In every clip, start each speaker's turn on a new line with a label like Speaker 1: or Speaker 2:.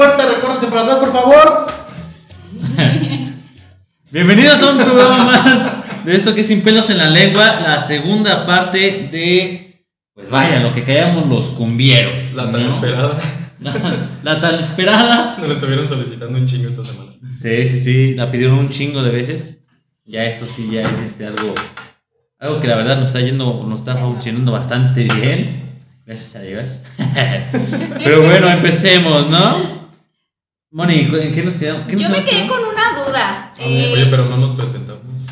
Speaker 1: volteen para atrás, por favor.
Speaker 2: Bienvenidos a un programa más de esto que es sin pelos en la lengua, la segunda parte de, pues vaya, lo que callamos los cumbieros.
Speaker 3: La
Speaker 2: ¿no?
Speaker 3: tan esperada.
Speaker 2: La, la tan esperada.
Speaker 3: Nos la estuvieron solicitando un chingo esta semana.
Speaker 2: Sí, sí, sí, la pidieron un chingo de veces. Ya eso sí, ya es este, algo, algo que la verdad nos está yendo, nos está funcionando bastante bien. Gracias a Dios. Pero bueno, empecemos, ¿no? Moni, ¿en qué nos quedamos? ¿Qué
Speaker 4: Yo
Speaker 2: nos
Speaker 4: me
Speaker 2: hemos
Speaker 4: quedé
Speaker 2: quedado?
Speaker 4: con una duda. Eh,
Speaker 3: Oye, pero no nos presentamos.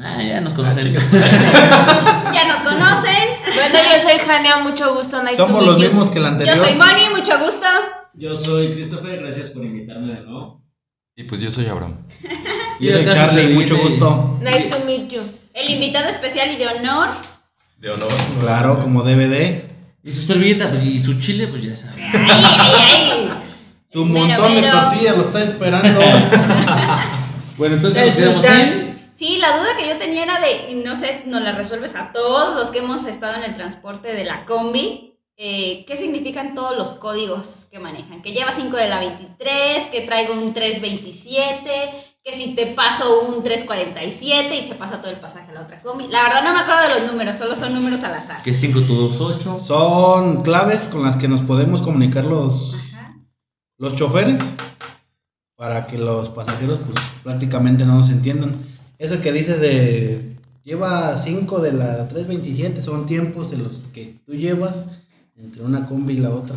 Speaker 2: Ah, ya nos conocen.
Speaker 3: chicas.
Speaker 4: Ya nos conocen.
Speaker 5: Bueno, yo soy Jania, mucho gusto, nice
Speaker 1: Somos
Speaker 5: to meet
Speaker 1: los
Speaker 5: you.
Speaker 1: mismos que la
Speaker 4: Yo
Speaker 1: anterior.
Speaker 4: soy Moni, mucho gusto.
Speaker 6: Yo soy Christopher, gracias por invitarme de nuevo.
Speaker 3: Y pues yo soy Abraham.
Speaker 1: Yo soy Charlie, mucho gusto.
Speaker 5: Nice to meet you.
Speaker 4: El invitado especial y de honor.
Speaker 3: De honor.
Speaker 1: Claro, como DVD.
Speaker 2: Y su servilleta pues, y su chile, pues ya saben.
Speaker 4: Ay, ay, ay.
Speaker 1: Tu
Speaker 4: Mero,
Speaker 1: montón de
Speaker 4: mero.
Speaker 1: tortillas lo está esperando.
Speaker 2: Bueno, entonces nos quedamos en.
Speaker 4: Sí, la duda que yo tenía era de, no sé, nos la resuelves a todos los que hemos estado en el transporte de la combi. Eh, ¿Qué significan todos los códigos que manejan? Que lleva 5 de la 23, que traigo un 327, que si te paso un 347 y se pasa todo el pasaje a la otra combi. La verdad no me acuerdo de los números, solo son números al azar.
Speaker 2: Que 5, 2, 8.
Speaker 1: Son claves con las que nos podemos comunicar los,
Speaker 4: Ajá.
Speaker 1: los choferes para que los pasajeros pues, prácticamente no nos entiendan. Eso que dices de lleva 5 de la 327 son tiempos de los que tú llevas entre una combi y la otra.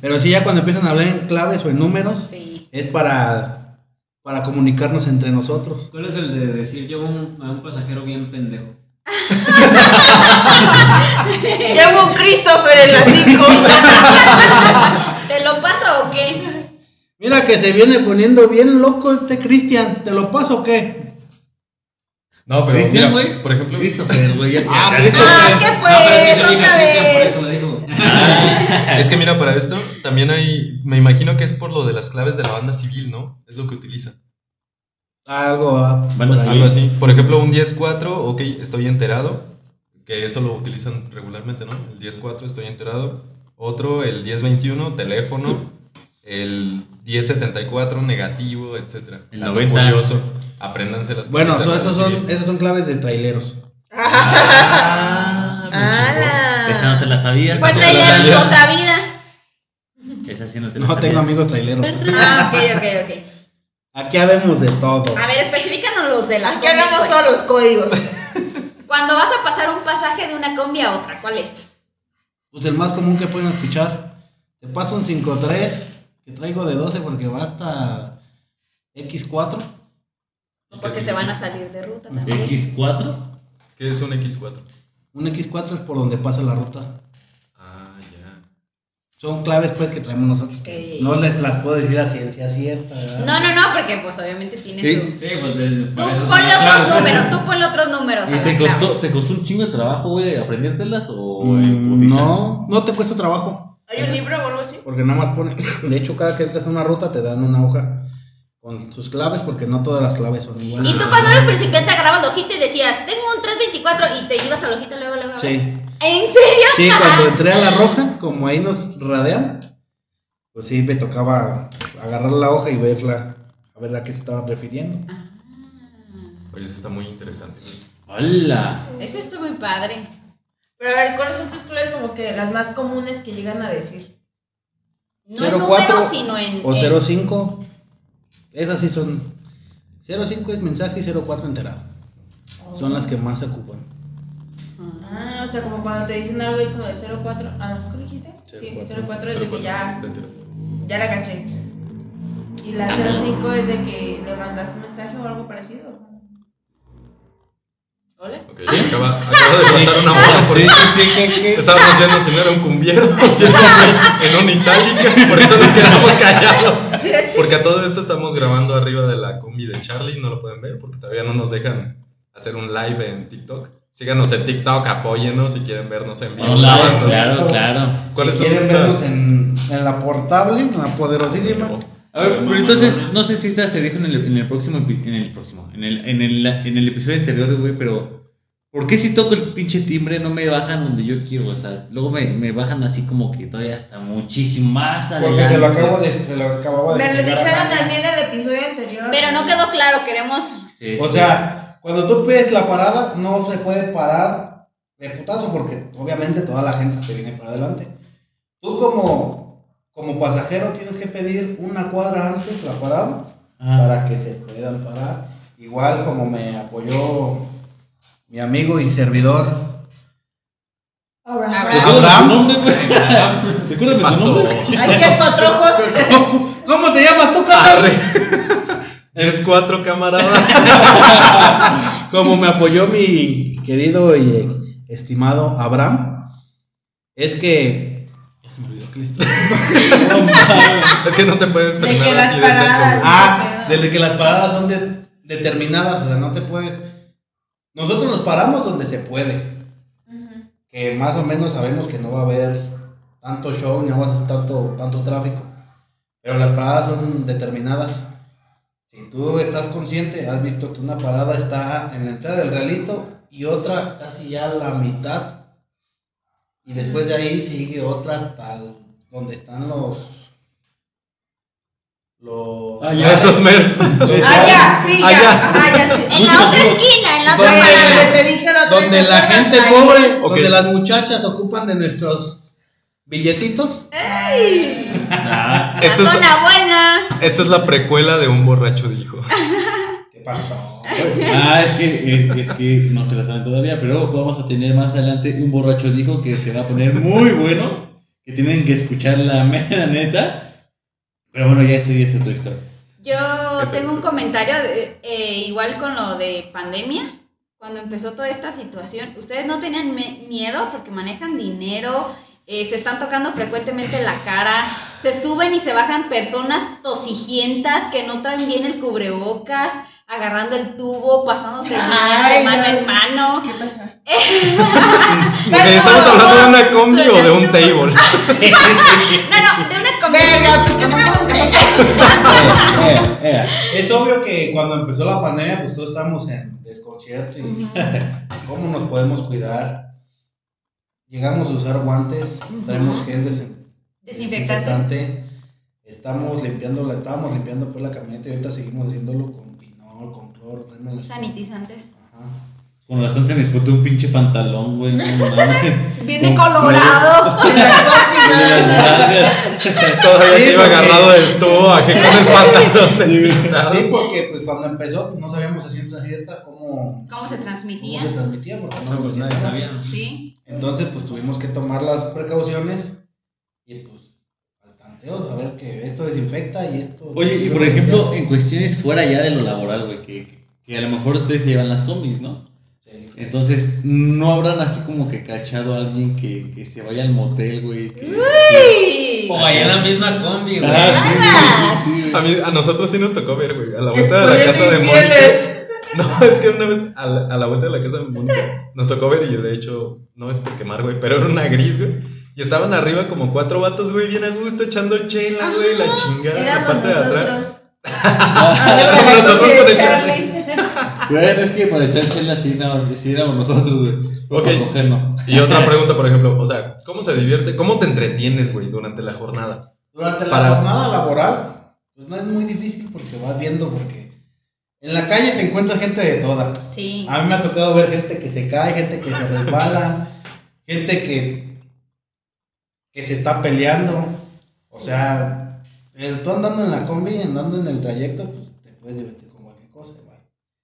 Speaker 1: Pero sí, ya cuando empiezan a hablar en claves o en números,
Speaker 4: Sí.
Speaker 1: es para, para comunicarnos entre nosotros.
Speaker 6: ¿Cuál es el de decir llevo un- a un pasajero bien pendejo?
Speaker 5: Llevo un Christopher en las 5.
Speaker 4: ¿Te lo paso o qué?
Speaker 1: Mira que se viene poniendo bien loco este Cristian, ¿te lo paso o qué?
Speaker 3: No, pero
Speaker 2: Cristian,
Speaker 3: mira,
Speaker 2: güey.
Speaker 3: por ejemplo,
Speaker 2: Christopher, güey. ya te-
Speaker 1: Ah,
Speaker 4: Ah,
Speaker 1: Christopher.
Speaker 4: ¿qué
Speaker 6: pero
Speaker 4: pues?
Speaker 6: sí se lo dije a
Speaker 4: otra
Speaker 6: Cristian,
Speaker 4: vez.
Speaker 6: por eso lo dijo.
Speaker 3: es que mira, para esto también hay, me imagino que es por lo de las claves de la banda civil, ¿no? Es lo que utilizan.
Speaker 1: Algo, ah, por
Speaker 2: Bueno,
Speaker 1: ahí.
Speaker 2: sí.
Speaker 3: Algo así. Por ejemplo, un 10-4, ok, estoy enterado, que eso lo utilizan regularmente, ¿no? El 10-4, estoy enterado. Otro, el 10-21, teléfono. El 10-74, negativo, etcétera.
Speaker 2: El
Speaker 3: Dato
Speaker 2: 90.
Speaker 3: curioso. Apréndanse las
Speaker 1: Bueno,
Speaker 3: claves de la
Speaker 1: so- esos
Speaker 3: banda
Speaker 1: son,
Speaker 3: civil.
Speaker 1: esos son claves de traileros.
Speaker 2: Ah, me
Speaker 5: Ala.
Speaker 2: chingó. Esa no te la sabías.
Speaker 4: Fue
Speaker 2: esa
Speaker 3: trailer.
Speaker 4: trailero en
Speaker 3: Dios.
Speaker 4: Pues otra vida.
Speaker 2: Esa sí no te la
Speaker 1: No
Speaker 2: sabías.
Speaker 1: tengo amigos traileros.
Speaker 4: Ah, ok, ok, ok.
Speaker 1: Aquí habemos de todo.
Speaker 4: A ver, específicanos los de las
Speaker 5: Aquí
Speaker 4: combis,
Speaker 5: hablamos
Speaker 4: pues.
Speaker 5: todos los códigos.
Speaker 4: Cuando vas a pasar un pasaje de una combi a otra, ¿cuál es?
Speaker 1: Pues el más común que pueden escuchar. Te paso un 5-3, que traigo de 12 porque va hasta X4.
Speaker 3: ¿Y qué
Speaker 4: Porque se
Speaker 3: significa?
Speaker 4: van a salir de ruta también.
Speaker 2: X4.
Speaker 3: ¿Qué es un X4?
Speaker 1: Un X4 es por donde pasa la ruta.
Speaker 3: Ah, ya.
Speaker 1: Son claves pues que traemos nosotros. que
Speaker 4: Ok.
Speaker 1: No les las puedo decir a ciencia cierta. ¿verdad?
Speaker 4: No, no, no, porque pues obviamente tiene
Speaker 2: Sí.
Speaker 4: su...
Speaker 6: Sí, pues desde
Speaker 4: Tú ponle otros números, tú ponle otros números. a
Speaker 2: ¿Y te
Speaker 4: las
Speaker 2: costó,
Speaker 4: claves.
Speaker 2: te costó un chingo de trabajo, güey, aprendértelas o en
Speaker 1: Mm,
Speaker 2: putiza?
Speaker 1: no, no te cuesta trabajo.
Speaker 5: ¿Hay un libro o algo así?
Speaker 1: Porque nada más pone. De hecho, cada que entras a una ruta te dan una hoja con sus claves porque no todas las claves son iguales.
Speaker 4: Y tú cuando eres principiante agarrabas la hojita y decías, tengo un 324 y te ibas al ojito luego, luego. luego.
Speaker 1: Sí.
Speaker 4: ¿En serio?
Speaker 1: Sí, cuando entré a la roja, como ahí nos radean, pues sí me tocaba agarrar la hoja y verla, a ver a qué se estaban refiriendo.
Speaker 3: Oye, eso está muy interesante. güey.
Speaker 2: Hola.
Speaker 4: Eso está muy padre.
Speaker 5: Pero a ver, ¿cuáles son tus claves como que las más comunes que llegan a decir?
Speaker 4: No en números, sino en...
Speaker 1: o
Speaker 4: en-
Speaker 1: 05. Esas sí son. 05 es mensaje y 04 enterado. Son las que más se ocupan.
Speaker 5: Ah, o sea, como cuando te dicen algo y es como de 04. Ah, no, ¿qué dijiste? Sí,
Speaker 1: 04.
Speaker 5: 04 es de que
Speaker 3: 04,
Speaker 5: ya,
Speaker 3: retirado.
Speaker 5: ya la caché. Y la 05 es de que le mandaste un mensaje o algo parecido.
Speaker 4: ¿Hola?
Speaker 3: Ok, acaba, acaba de pasar una bola por eso. Estábamos viendo si no era un cumbiero, si era un güey en una itálica, por eso nos quedamos callados. Porque a todo esto estamos grabando arriba de la combi de Charlie, no lo pueden ver porque todavía no nos dejan hacer un live en TikTok. Síganos en TikTok, apóyennos si quieren vernos en vivo.
Speaker 2: Hola,
Speaker 3: Cuando-
Speaker 2: claro, claro.
Speaker 3: ¿Cuáles
Speaker 1: Si
Speaker 3: son
Speaker 1: quieren
Speaker 3: las-
Speaker 1: vernos en, en la portable, en la poderosísima.
Speaker 2: A ver, pero entonces, no sé si esta se dijo en el, en el próximo, epi- en el próximo, en el, en el, en el episodio anterior, güey, pero ¿Por qué si toco el pinche timbre no me bajan donde yo quiero? O sea, luego me, me bajan así como que todavía hasta muchísimo más
Speaker 1: Porque
Speaker 2: adelante.
Speaker 1: se lo acabo de, se lo acababa de
Speaker 7: Me lo
Speaker 1: explicar a
Speaker 7: dijeron
Speaker 1: Tania.
Speaker 7: también en el episodio anterior.
Speaker 4: Pero no quedó claro, queremos.
Speaker 2: Sí,
Speaker 1: O
Speaker 2: sí.
Speaker 1: sea, cuando tú pides la parada, no se puede parar de putazo porque obviamente toda la gente se viene para adelante. Tú como, como pasajero tienes que pedir una cuadra antes la parada
Speaker 2: Ah.
Speaker 1: para que se puedan parar. Igual como me apoyó mi amigo y servidor.
Speaker 7: Ahora.
Speaker 4: Ahora.
Speaker 2: Recuérdame
Speaker 1: Abraham.
Speaker 2: tu nombre, güey.
Speaker 3: ¿Qué
Speaker 2: Recuérdame tu
Speaker 3: pasó?
Speaker 2: nombre.
Speaker 4: Ay, qué potrojos.
Speaker 1: ¿Cómo te llamas tú, cabrón?
Speaker 3: Arre. Es cuatro camaradas.
Speaker 1: Como me apoyó mi querido y eh, estimado Abraham, es que. Ya se me olvidó que le estaba-
Speaker 3: Es que no te puedes
Speaker 5: De
Speaker 3: peinar
Speaker 5: que las
Speaker 3: así de
Speaker 5: paradas-
Speaker 3: seco.
Speaker 1: Ah,
Speaker 5: pedo.
Speaker 1: desde que las paradas son de- determinadas, o sea, no te puedes. Nosotros nos paramos donde se puede,
Speaker 5: Ujú.
Speaker 1: que más o menos sabemos que no va a haber tanto show, ni va a ser tanto, tanto tráfico, pero las paradas son determinadas. Si tú estás consciente, has visto que una parada está en la entrada del realito y otra casi ya a la mitad, y después de ahí sigue otra hasta el- donde están los. Los.
Speaker 2: Ah, ya.
Speaker 3: Esos meros.
Speaker 7: Allá, sí, ya.
Speaker 3: Allá.
Speaker 7: Ajá, ya sí.
Speaker 4: En la otra esquina, en la otra
Speaker 1: Donde-
Speaker 4: parada.
Speaker 7: Te dije lo que
Speaker 1: donde
Speaker 7: te
Speaker 1: la
Speaker 7: acuerdas
Speaker 1: gente
Speaker 7: ahí.
Speaker 1: pobre,
Speaker 3: Ok.
Speaker 1: donde las muchachas ocupan de nuestros billetitos.
Speaker 2: Ah,
Speaker 4: La
Speaker 3: Esto es-
Speaker 4: zona buena.
Speaker 3: Esta es la precuela de un borracho dijo.
Speaker 1: ¿Qué pasó?
Speaker 2: ah, es, que, es, es que no se la saben todavía, pero vamos a tener más adelante un borracho dijo que se va a poner muy bueno, que tienen que escuchar la mera neta. Pero bueno, ya eso ya es otra historia.
Speaker 4: Yo
Speaker 3: Eso,
Speaker 4: tengo un
Speaker 3: eso.
Speaker 4: comentario de- eh, igual con lo de pandemia. Cuando empezó toda esta situación, ustedes no tenían me- miedo porque manejan dinero, eh, se están tocando frecuentemente la cara, se suben y se bajan personas tosigientas que no traen bien el cubrebocas, agarrando el tubo, pasándote el dinero de
Speaker 7: Ay,
Speaker 4: mano
Speaker 7: no.
Speaker 4: en mano.
Speaker 7: ¿Qué pasa?
Speaker 3: Estamos hablando de una combi o de un table.
Speaker 4: No, no, Ah, de una
Speaker 7: Venga, pues,
Speaker 4: comida.
Speaker 7: porque no me pregunté.
Speaker 2: Eh, eh, eh.
Speaker 1: Es obvio que cuando empezó la pandemia, pues todos estamos en desconcierto y cómo nos podemos cuidar. Llegamos a usar guantes,
Speaker 4: Ujú.
Speaker 1: traemos gel desen-
Speaker 4: Desinfectante.
Speaker 1: Estamos limpiando, la, estábamos limpiando pues la camioneta y ahorita seguimos haciéndolo con pinol, con cloro, traemos los-
Speaker 4: Sanitizantes.
Speaker 1: Ajá.
Speaker 2: Con razón se me espotó un pinche pantalón, güey. No mames.
Speaker 4: Viene
Speaker 2: Con-
Speaker 4: colorado.
Speaker 2: con las nalgas.
Speaker 3: Todavía
Speaker 1: Sí,
Speaker 3: te iba
Speaker 1: porque-
Speaker 3: agarrado del tubo, aquí con el pantalón
Speaker 1: Sí,
Speaker 3: despintado.
Speaker 1: porque pues cuando empezó no sabíamos a ciencia cierta cómo,
Speaker 4: ¿Cómo se
Speaker 1: cómo
Speaker 4: transmitía?
Speaker 1: se transmitía. Porque
Speaker 6: No, pues
Speaker 1: lo
Speaker 6: nadie
Speaker 1: hacían.
Speaker 6: sabía.
Speaker 4: Sí.
Speaker 1: Entonces, pues tuvimos que tomar las precauciones y pues al tanteo, saber que esto desinfecta y esto.
Speaker 2: Oye, y por ejemplo, en cuestiones fuera ya de lo laboral, güey, que, que a lo mejor ustedes se llevan las combis, ¿no?
Speaker 1: Sí.
Speaker 2: Entonces, ¿no habrán así como que cachado a alguien que, que se vaya al motel, güey? que-
Speaker 6: O allá en la misma combi, güey.
Speaker 2: Ah, sí, sí, sí, sí.
Speaker 3: A, mí, a nosotros sí nos tocó ver, güey. A la vuelta de la casa de Mónica.
Speaker 7: Infieles.
Speaker 3: No, es que una vez a la, a la vuelta de la casa de Mónica nos tocó ver y de hecho no es por quemar, güey, pero era una gris, güey. Y estaban arriba como cuatro vatos, güey, bien a gusto, echando chela, güey, la chingada, la
Speaker 7: Éramos
Speaker 3: parte de atrás. Ah,
Speaker 7: nosotros. Ahora
Speaker 3: Nosotros
Speaker 7: con
Speaker 3: con el
Speaker 7: Charlie.
Speaker 2: Bueno, es que para echar chela sí, nada más, sí éramos nosotros, güey. Pero
Speaker 3: Ok.
Speaker 2: para coger, no.
Speaker 3: Y otra pregunta, por ejemplo, o sea, ¿cómo se divierte? ¿Cómo te entretienes, güey, durante la jornada?
Speaker 1: Durante la
Speaker 3: Para-
Speaker 1: jornada laboral, pues no es muy difícil porque vas viendo, porque en la calle te encuentras gente de toda.
Speaker 4: Sí.
Speaker 1: A mí me ha tocado ver gente que se cae, gente que se resbala, gente que, que se está peleando. O sea, el- tú andando en la combi, andando en el trayecto, pues te puedes divertir con cualquier cosa. güey.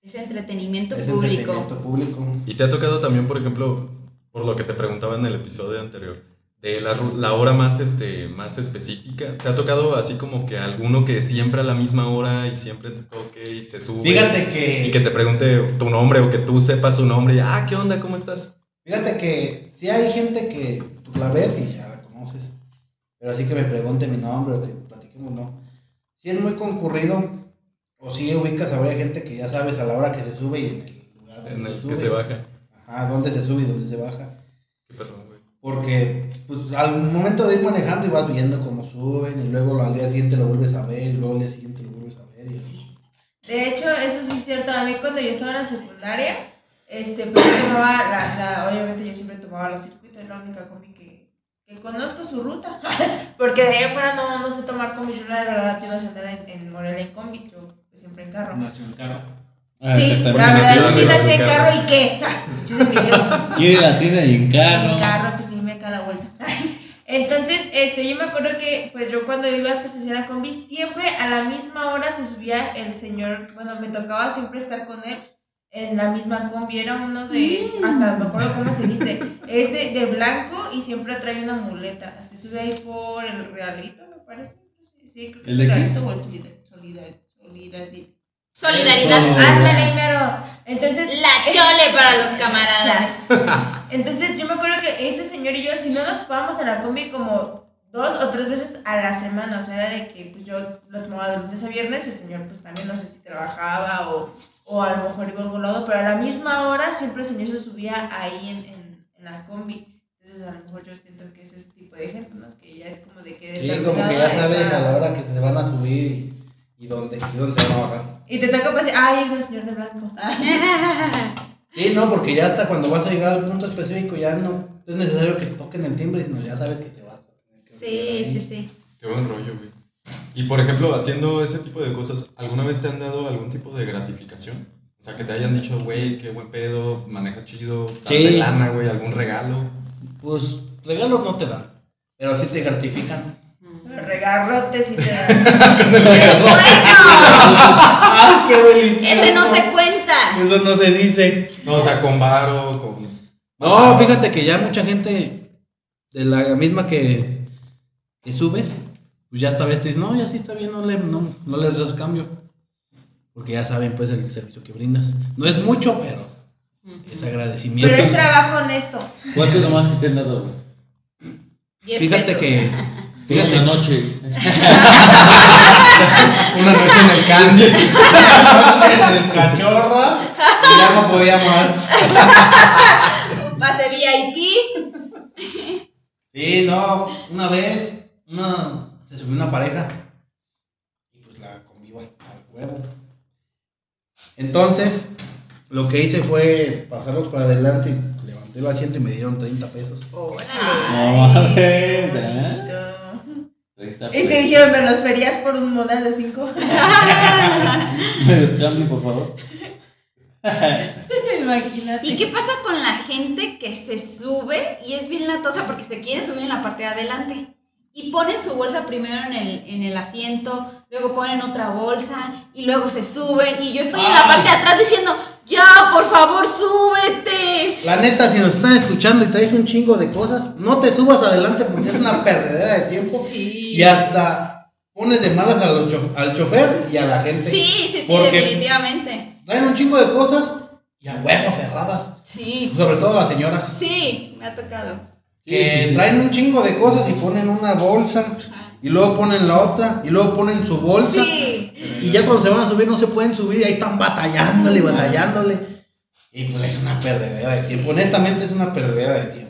Speaker 4: Es entretenimiento
Speaker 1: Es
Speaker 4: público.
Speaker 1: entretenimiento público.
Speaker 3: Y te ha tocado también, por ejemplo, por lo que te preguntaba en el episodio anterior, de la, ru- la hora más, este, más específica. ¿Te ha tocado así como que alguno que siempre a la misma hora y siempre te toque y se sube?
Speaker 1: Fíjate
Speaker 3: Y que
Speaker 1: que,
Speaker 3: te pregunte tu nombre o que tú sepas su nombre y, ah, ¿qué onda? ¿Cómo estás?
Speaker 1: fíjate que si hay gente que tú la ves y ya la conoces, pero así que me pregunte mi nombre o que platiquemos, no. Si es muy concurrido, o si ubicas, habría gente que ya sabes a la hora que se sube y en el lugar donde
Speaker 3: En el
Speaker 1: se
Speaker 3: que
Speaker 1: sube.
Speaker 3: se baja.
Speaker 1: Ajá, dónde se sube y dónde se baja.
Speaker 3: Qué perrón, güey.
Speaker 1: Porque pues, al momento de ir manejando y vas viendo cómo suben y luego al día siguiente lo vuelves a ver y luego al día siguiente lo vuelves a ver y así.
Speaker 7: De hecho, eso sí es cierto. A mí cuando yo estaba en la secundaria,
Speaker 5: Este, pues yo tomaba, la, la- obviamente yo siempre tomaba la circuita, es la única combi que, que conozco su ruta. Porque de ahí afuera no, no sé tomar combi, yo la verdad, yo no sé andar en, en Morelia en combis, yo siempre en carro.
Speaker 6: Nació en carro.
Speaker 2: Ah,
Speaker 7: Sí, la
Speaker 2: exactamente.
Speaker 7: verdad,
Speaker 3: Nació
Speaker 7: yo sí
Speaker 3: arriba
Speaker 7: nací
Speaker 3: de
Speaker 7: en
Speaker 3: un
Speaker 7: carro
Speaker 3: carro.
Speaker 7: y qué. Muchos envidiosos.
Speaker 2: Quiero ir a la tienda y en
Speaker 5: En
Speaker 2: carro.
Speaker 5: carro, pues sí, me acá la vuelta. Entonces, este, yo me acuerdo que, pues yo cuando iba a estacionar combi, siempre a la misma hora se subía el señor, bueno, me tocaba siempre estar con él en la misma combi, era uno de, hasta me acuerdo cómo se dice, es de, de blanco y siempre trae una muleta, se sube ahí por el realito, me parece, sí, creo que
Speaker 2: ¿El
Speaker 5: es
Speaker 2: de qué?
Speaker 5: realito o el solidar, solidar, solidar-
Speaker 4: Solidaridad.
Speaker 5: Ándale, mero. Entonces,
Speaker 4: La chole para los camaradas.
Speaker 5: Entonces yo me acuerdo que ese señor y yo, si no nos pagábamos en la combi como dos o tres veces a la semana, o sea, era de que pues yo lo tomaba de lunes a viernes, el señor pues también no sé si trabajaba o, o a lo mejor iba a algún lado, pero a la misma hora siempre el señor se subía ahí en, en, en la combi. Entonces a lo mejor yo siento que es ese tipo de gente, ¿no? Que ya es como de que...
Speaker 1: Sí,
Speaker 5: determinada
Speaker 1: como que ya sabes
Speaker 5: esa-
Speaker 1: a la hora que se van a subir y, y dónde, y dónde se van a bajar.
Speaker 5: Y te toca pasar, ay, el señor de blanco.
Speaker 1: Sí, no, porque ya hasta cuando vas a llegar al punto específico ya no es necesario que toquen el timbre, sino ya sabes que te vas. a tener que
Speaker 4: Sí,
Speaker 1: quedar ahí.
Speaker 4: sí, sí.
Speaker 3: Qué buen rollo, güey. Y por ejemplo, haciendo ese tipo de cosas, ¿alguna vez te han dado algún tipo de gratificación? O sea, que te hayan dicho, güey, qué buen pedo, maneja chido, dame
Speaker 1: Sí.
Speaker 3: lana, güey, algún regalo.
Speaker 1: Pues regalos no te dan, pero sí te gratifican.
Speaker 5: Regarrotes y te...
Speaker 4: ¡Bueno!
Speaker 1: ¡Ah, qué delicioso!
Speaker 4: Ese no se cuenta.
Speaker 1: Eso no se dice.
Speaker 3: No, o sea, con varo, con...
Speaker 1: Ah, No, fíjate que ya mucha gente de la misma que, que subes, pues ya esta vez te dicen, no, ya sí está bien, no le, no, no le das cambio. Porque ya saben, pues, el servicio que brindas. No es mucho, pero es agradecimiento.
Speaker 7: Pero es trabajo honesto.
Speaker 2: ¿Cuánto es lo más que te han dado, güey?
Speaker 4: Diez
Speaker 1: fíjate
Speaker 4: pesos.
Speaker 1: que. Fíjate,
Speaker 2: Una noche.
Speaker 1: una noche en el candy. una noche en el cachorra. Y ya no podía más.
Speaker 4: Pase VIP.
Speaker 1: Sí, no, una vez una, se subió una pareja y pues la convivo al huevo. Entonces, lo que hice fue pasarlos para adelante, levanté el asiento y me dieron 30 pesos.
Speaker 2: No mames,
Speaker 5: Ay,
Speaker 2: ¿verdad?
Speaker 5: bonito.
Speaker 2: Treinta
Speaker 5: Y te
Speaker 2: pesos.
Speaker 5: dijeron, me los ferías por un moneda de 5.
Speaker 2: Me los cambio, por favor.
Speaker 5: Imagínate.
Speaker 4: ¿Y qué pasa con la gente que se sube y es bien latosa porque se quiere subir en la parte de adelante? Y ponen su bolsa primero en el, en el asiento, luego ponen otra bolsa y luego se suben. Y yo estoy en la
Speaker 2: Ay.
Speaker 4: parte de atrás diciendo, ya, por favor, súbete.
Speaker 1: La neta, si nos están escuchando y traes un chingo de cosas, no te subas adelante porque es una perdedera de tiempo.
Speaker 4: Sí.
Speaker 1: Y hasta pones de malas a los cho- al chofer y a la gente.
Speaker 4: Sí, sí, sí,
Speaker 1: Porque
Speaker 4: definitivamente.
Speaker 1: traen un chingo de cosas y a huevo cerradas.
Speaker 4: Sí.
Speaker 1: Sobre todo las señoras.
Speaker 4: Sí, me ha tocado.
Speaker 1: que
Speaker 2: Sí, sí, sí.
Speaker 1: traen un chingo de cosas y ponen una bolsa y luego ponen la otra y luego ponen su bolsa
Speaker 4: Sí.
Speaker 1: y ya cuando se van a subir no se pueden subir y ahí están batallándole, batallándole. Y pues es una perdedera de tiempo, honestamente es una perdedera de tiempo.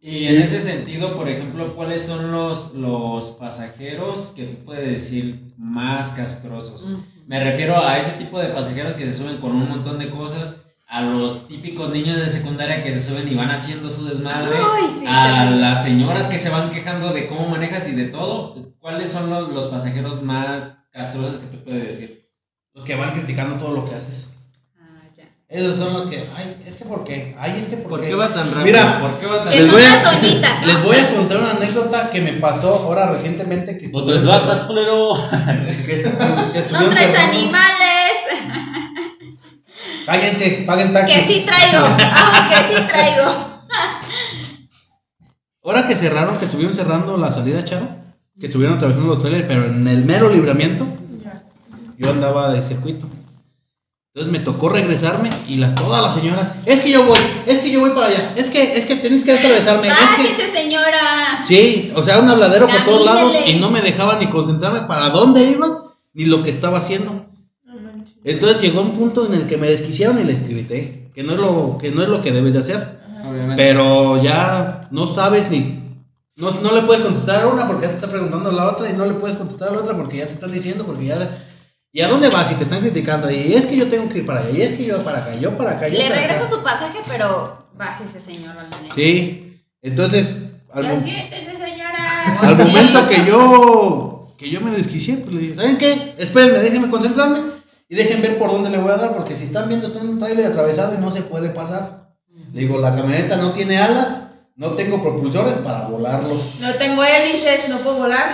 Speaker 6: Y en ese sentido, por ejemplo, ¿cuáles son los, los pasajeros que tú puedes decir más castrosos?
Speaker 4: Ujú.
Speaker 6: Me refiero a ese tipo de pasajeros que se suben con un montón de cosas, a los típicos niños de secundaria que se suben y van haciendo su desmadre,
Speaker 4: Ay, sí,
Speaker 6: a
Speaker 4: también.
Speaker 6: las señoras que se van quejando de cómo manejas y de todo. ¿Cuáles son los, los pasajeros más castrosos que tú puedes decir?
Speaker 1: Los que van criticando todo lo que haces.
Speaker 4: Ah, ya.
Speaker 1: Esos son los que, ay, es que por qué, ay, es que por,
Speaker 6: ¿Por qué va tan rápido?
Speaker 1: Mira,
Speaker 6: ¿Por qué va tan
Speaker 4: Que
Speaker 1: les
Speaker 4: son
Speaker 1: voy a-
Speaker 4: las doñitas, ¿no?
Speaker 1: Les voy a contar una anécdota que me pasó ahora recientemente que
Speaker 2: No
Speaker 1: estuve
Speaker 2: traes batas, culero.
Speaker 1: que, que estuve
Speaker 4: No traes
Speaker 1: encerrado.
Speaker 4: animales.
Speaker 1: Cállense, paguen taxi.
Speaker 4: Que sí traigo. Ah, que sí traigo.
Speaker 1: Ahora que cerraron, que estuvieron cerrando la salida, Charo, que estuvieron atravesando los trailers, pero en el mero libramiento,
Speaker 5: Ya.
Speaker 1: yo andaba de circuito. Entonces me tocó regresarme y las, todas las señoras, es que yo voy, es que yo voy para allá, es que, es que tienes que atravesarme, es que...
Speaker 4: Bájese, señora.
Speaker 1: Sí, o sea, un habladero por todos lados
Speaker 4: Camínele.
Speaker 1: y no me dejaba ni concentrarme para dónde iba ni lo que estaba haciendo.
Speaker 5: No manches.
Speaker 1: Entonces llegó un punto en el que me desquiciaron y les grité, que no es lo que, no es lo que debes de hacer.
Speaker 6: Obviamente.
Speaker 1: Pero ya no sabes ni. No, no le puedes contestar a una porque ya te está preguntando a la otra y no le puedes contestar a la otra porque ya te están diciendo, porque ya. ¿Y a dónde vas si te están criticando? Y es que yo tengo que ir para allá, y es que yo para acá, yo para acá. yo
Speaker 4: Le
Speaker 1: para acá.
Speaker 4: regreso su pasaje, pero bájese, señor, a la neta.
Speaker 1: Sí, entonces, al,
Speaker 7: Lo
Speaker 1: mo-
Speaker 7: siéntese, señora.
Speaker 1: al
Speaker 4: Sí.
Speaker 1: momento que yo que yo me desquicié, pues le dije, ¿saben qué? Espérenme, déjenme concentrarme y dejen ver por dónde le voy a dar, porque si están viendo todo un tráiler atravesado y no se puede pasar. Le digo, la camioneta no tiene alas, no tengo propulsores para volarlo.
Speaker 5: No tengo hélices, no puedo volar.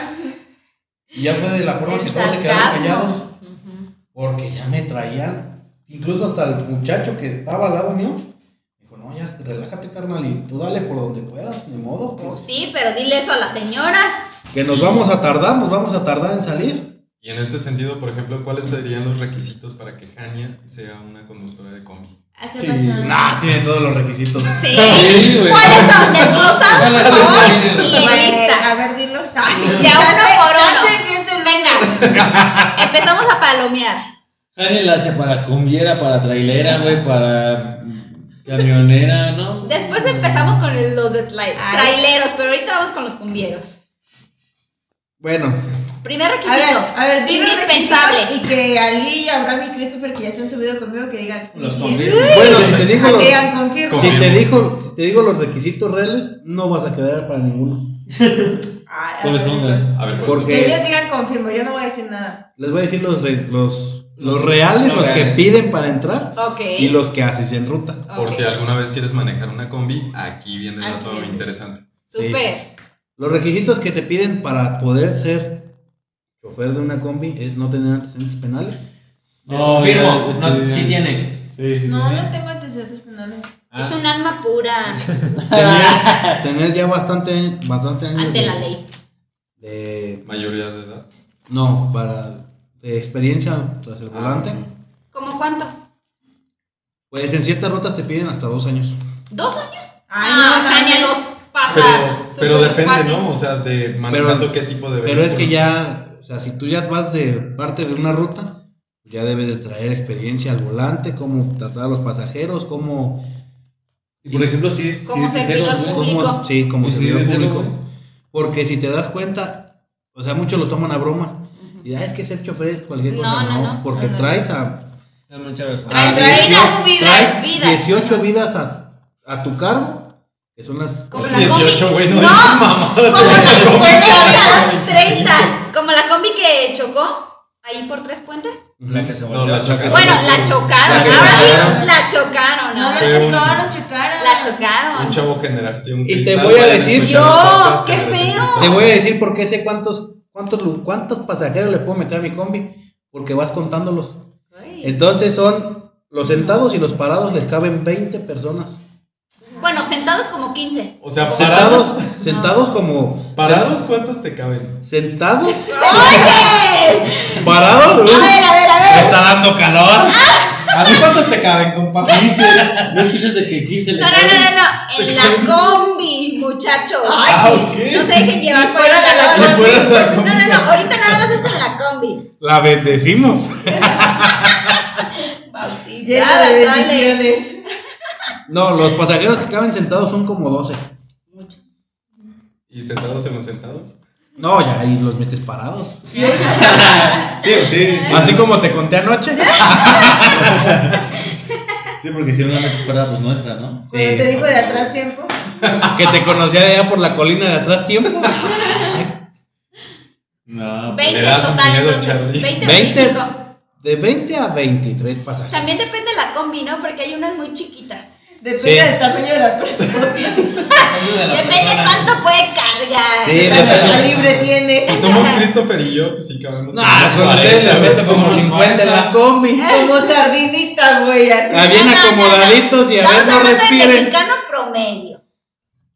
Speaker 1: Y ya fue de la forma que
Speaker 4: El
Speaker 1: todos se quedaron callados.
Speaker 4: sarcasmo. Ujú.
Speaker 1: Porque ya me traían, incluso hasta el muchacho que estaba al lado mío, dijo, no, ya, relájate, carnal, y tú dale por donde puedas, ni modo,
Speaker 4: Pues
Speaker 1: que,
Speaker 4: sí, pero dile eso a las señoras.
Speaker 1: que nos vamos a tardar, nos vamos a tardar en salir.
Speaker 3: Y en este sentido, por ejemplo, ¿cuáles serían los requisitos para que Hania sea una conductora de combi?
Speaker 7: Hace
Speaker 4: pues,
Speaker 7: pasar.
Speaker 1: Nah, tiene todos los requisitos.
Speaker 4: Sí.
Speaker 3: Sí, güey.
Speaker 4: ¿Cuáles son? Desglosados, por favor. Y en
Speaker 5: Pues,
Speaker 4: lista.
Speaker 5: a ver, dilos.
Speaker 4: De a uno por uno.
Speaker 7: Venga.
Speaker 4: Empezamos a palomear.
Speaker 2: Daniel hace para cumbiera, para trailera, güey, para mm, camionera, ¿no?
Speaker 4: Después empezamos con el- los de tla-
Speaker 5: Ay.
Speaker 4: traileros, pero ahorita vamos con los cumbieros.
Speaker 1: Bueno,
Speaker 4: Primer
Speaker 5: A ver,
Speaker 4: requisito.
Speaker 5: a ver, di los
Speaker 4: indispensable.
Speaker 5: requisitos Y que Ali, Abraham y Christopher, que ya se han subido conmigo, que digan. sí,
Speaker 6: Los
Speaker 5: sí,
Speaker 6: conviene.
Speaker 1: bueno, si te digo
Speaker 5: Ah,
Speaker 1: los,
Speaker 5: que digan, confirmo.
Speaker 1: si te digo, si te digo los requisitos reales, no vas a quedar para ninguno.
Speaker 5: Ay, a
Speaker 2: ¿Cuáles
Speaker 5: ver,
Speaker 2: son,
Speaker 5: pues.
Speaker 2: güey?
Speaker 3: A ver, ¿cuáles
Speaker 1: Porque-
Speaker 3: son?
Speaker 5: Que ellos digan confirmo, yo no voy a decir nada.
Speaker 1: Les voy a decir los re- los, los
Speaker 6: Los-
Speaker 1: reales,
Speaker 6: los
Speaker 1: los que
Speaker 6: reales.
Speaker 1: piden para entrar
Speaker 4: Ok.
Speaker 1: y los que haces en ruta.
Speaker 4: ok.
Speaker 3: Por si alguna vez quieres manejar una combi, aquí viene el
Speaker 4: Aquí
Speaker 3: dato
Speaker 4: viene.
Speaker 3: interesante.
Speaker 4: Super.
Speaker 1: Los requisitos que te piden para poder ser chofer de una combi es no tener antecedentes penales.
Speaker 2: No,
Speaker 6: Confirmo,
Speaker 2: ya,
Speaker 6: no,
Speaker 2: este,
Speaker 6: sí tiene.
Speaker 1: Sí, sí,
Speaker 5: No,
Speaker 1: sí.
Speaker 5: no tengo antecedentes penales.
Speaker 6: Ah,
Speaker 4: Es un alma pura
Speaker 1: Tener, tener ya bastante, bastante años
Speaker 4: ante
Speaker 1: de-
Speaker 4: la ley.
Speaker 1: de-
Speaker 3: Mayoría de edad.
Speaker 1: no, para de experiencia tras el
Speaker 6: Ah.
Speaker 1: volante.
Speaker 4: ¿Cómo cuántos?
Speaker 1: Pues en ciertas rutas te piden hasta dos años.
Speaker 4: ¿Dos años?
Speaker 5: Ay,
Speaker 4: ah,
Speaker 5: no,
Speaker 4: Tania
Speaker 5: mames.
Speaker 4: los pasa.
Speaker 3: Pero,
Speaker 4: súper
Speaker 3: pero depende,
Speaker 4: fácil.
Speaker 3: ¿no? O sea, de manejando qué tipo de
Speaker 1: Pero es
Speaker 3: vehículo.
Speaker 1: que ya, o sea, si tú ya vas de parte de una ruta, ya debes de traer experiencia al volante, cómo tratar a los pasajeros, cómo,
Speaker 2: Y por ejemplo, si es.
Speaker 4: Como
Speaker 2: si es
Speaker 4: servidor
Speaker 2: sincero, güey.
Speaker 4: público.
Speaker 1: cómo sí, como
Speaker 2: Y si
Speaker 1: servidor
Speaker 2: dices algo,
Speaker 1: público. Porque si te das cuenta, o sea, muchos lo toman a broma.
Speaker 4: Ujú.
Speaker 1: Y ah, es que ser chofer es cualquier
Speaker 4: No,
Speaker 1: cosa.
Speaker 4: no,
Speaker 1: No,
Speaker 4: no,
Speaker 1: porque
Speaker 5: no, no.
Speaker 1: traes a
Speaker 6: son muchas veces.
Speaker 4: Traes
Speaker 2: ah,
Speaker 1: a
Speaker 4: vidas,
Speaker 1: 18
Speaker 4: vidas,
Speaker 1: traes
Speaker 4: vidas.
Speaker 1: 18 vidas a, a tu cargo, que son las.
Speaker 4: Como la
Speaker 3: 18,
Speaker 4: combi.
Speaker 3: güey, no
Speaker 4: no,
Speaker 3: digas
Speaker 4: como
Speaker 3: mamadas.
Speaker 4: la 50, 30. Como la combi que chocó ahí por tres puentes.
Speaker 6: La que se
Speaker 3: No, la
Speaker 6: volvió a chocar.
Speaker 3: chocaron.
Speaker 4: Bueno, la chocaron.
Speaker 1: La que
Speaker 4: Ahora sí,
Speaker 1: chocaron.
Speaker 4: la chocaron.
Speaker 7: No
Speaker 4: ahora
Speaker 7: lo
Speaker 4: sí.
Speaker 7: checaron, lo checaron.
Speaker 4: La chocaron.
Speaker 3: Un chavo generación.
Speaker 1: Y te
Speaker 3: cristal,
Speaker 1: voy a
Speaker 3: vayan
Speaker 1: decir-
Speaker 3: escuchando el
Speaker 4: Dios,
Speaker 3: podcast
Speaker 4: qué
Speaker 3: Generación
Speaker 4: feo.
Speaker 3: Cristal.
Speaker 1: Te voy a decir por qué sé cuántos, cuántos, lu- cuántos pasajeros le puedo meter a mi combi, porque vas contándolos.
Speaker 4: Ay.
Speaker 1: Entonces son los sentados y los parados les caben 20 personas.
Speaker 4: Bueno, sentados como 15.
Speaker 3: O sea,
Speaker 1: Sentados,
Speaker 3: parados.
Speaker 1: sentados como
Speaker 3: ¿Parados cuántos te caben?
Speaker 1: sentados,
Speaker 4: ¡Oye!
Speaker 1: parados.
Speaker 4: A ver, a ver, a ver. Ah.
Speaker 1: está dando calor. ¿A mí cuántos te caben, compa?
Speaker 2: ¿No escuchas de que 15 le
Speaker 4: No, no, no, no, no. En la combi, muchachos.
Speaker 1: Ah, ok.
Speaker 4: No se dejen llevar por
Speaker 5: fuera de la
Speaker 4: la
Speaker 1: combi. Ni fuera de la
Speaker 4: combi.
Speaker 1: combi.
Speaker 4: No, no, no. Ahorita nada más es en la combi.
Speaker 1: La bendecimos.
Speaker 5: Llena
Speaker 4: Bautizadas,
Speaker 5: de
Speaker 4: sale.
Speaker 5: bendiciones.
Speaker 1: No, los pasajeros que caben sentados son como 12.
Speaker 4: Muchos.
Speaker 3: ¿Y sentados en los sentados?
Speaker 1: No, ya ahí los metes parados.
Speaker 2: Sí, sí,
Speaker 4: Ah.
Speaker 2: sí.
Speaker 1: Así como te conté anoche.
Speaker 2: Sí, porque si no la metes parada, pues no entra, ¿no?
Speaker 5: Cuando te dijo de atrás tiempo.
Speaker 1: Que te conocía de allá por la colina de atrás tiempo.
Speaker 2: No.
Speaker 4: 20
Speaker 3: le das
Speaker 4: en total,
Speaker 3: miedo,
Speaker 4: entonces.
Speaker 3: Charlie.
Speaker 4: 20
Speaker 1: 20.
Speaker 4: 25.
Speaker 1: De 20 a 23 pasajeros.
Speaker 4: También depende de la combi, ¿no? Porque hay unas muy chiquitas.
Speaker 5: Depende
Speaker 1: Sí.
Speaker 5: del tamaño de la persona.
Speaker 6: Depende de la
Speaker 4: Depende
Speaker 6: persona.
Speaker 4: cuánto puede cargar.
Speaker 1: Sí,
Speaker 5: ¿Cuánto calibre tienes?
Speaker 3: Si somos Christopher y yo, pues sí cabemos.
Speaker 1: No,
Speaker 3: como unos
Speaker 1: con ustedes
Speaker 3: 40,
Speaker 1: le meto como
Speaker 6: unos
Speaker 1: 50 en la
Speaker 6: 40.
Speaker 1: combi.
Speaker 4: Eh,
Speaker 5: Como sardinitas, güey. así.
Speaker 1: Ah,
Speaker 4: No,
Speaker 1: bien
Speaker 4: no, no, no.
Speaker 1: acomodaditos y a ver,
Speaker 4: Estamos
Speaker 1: no
Speaker 4: hablando de
Speaker 1: respiren.
Speaker 4: mexicano promedio.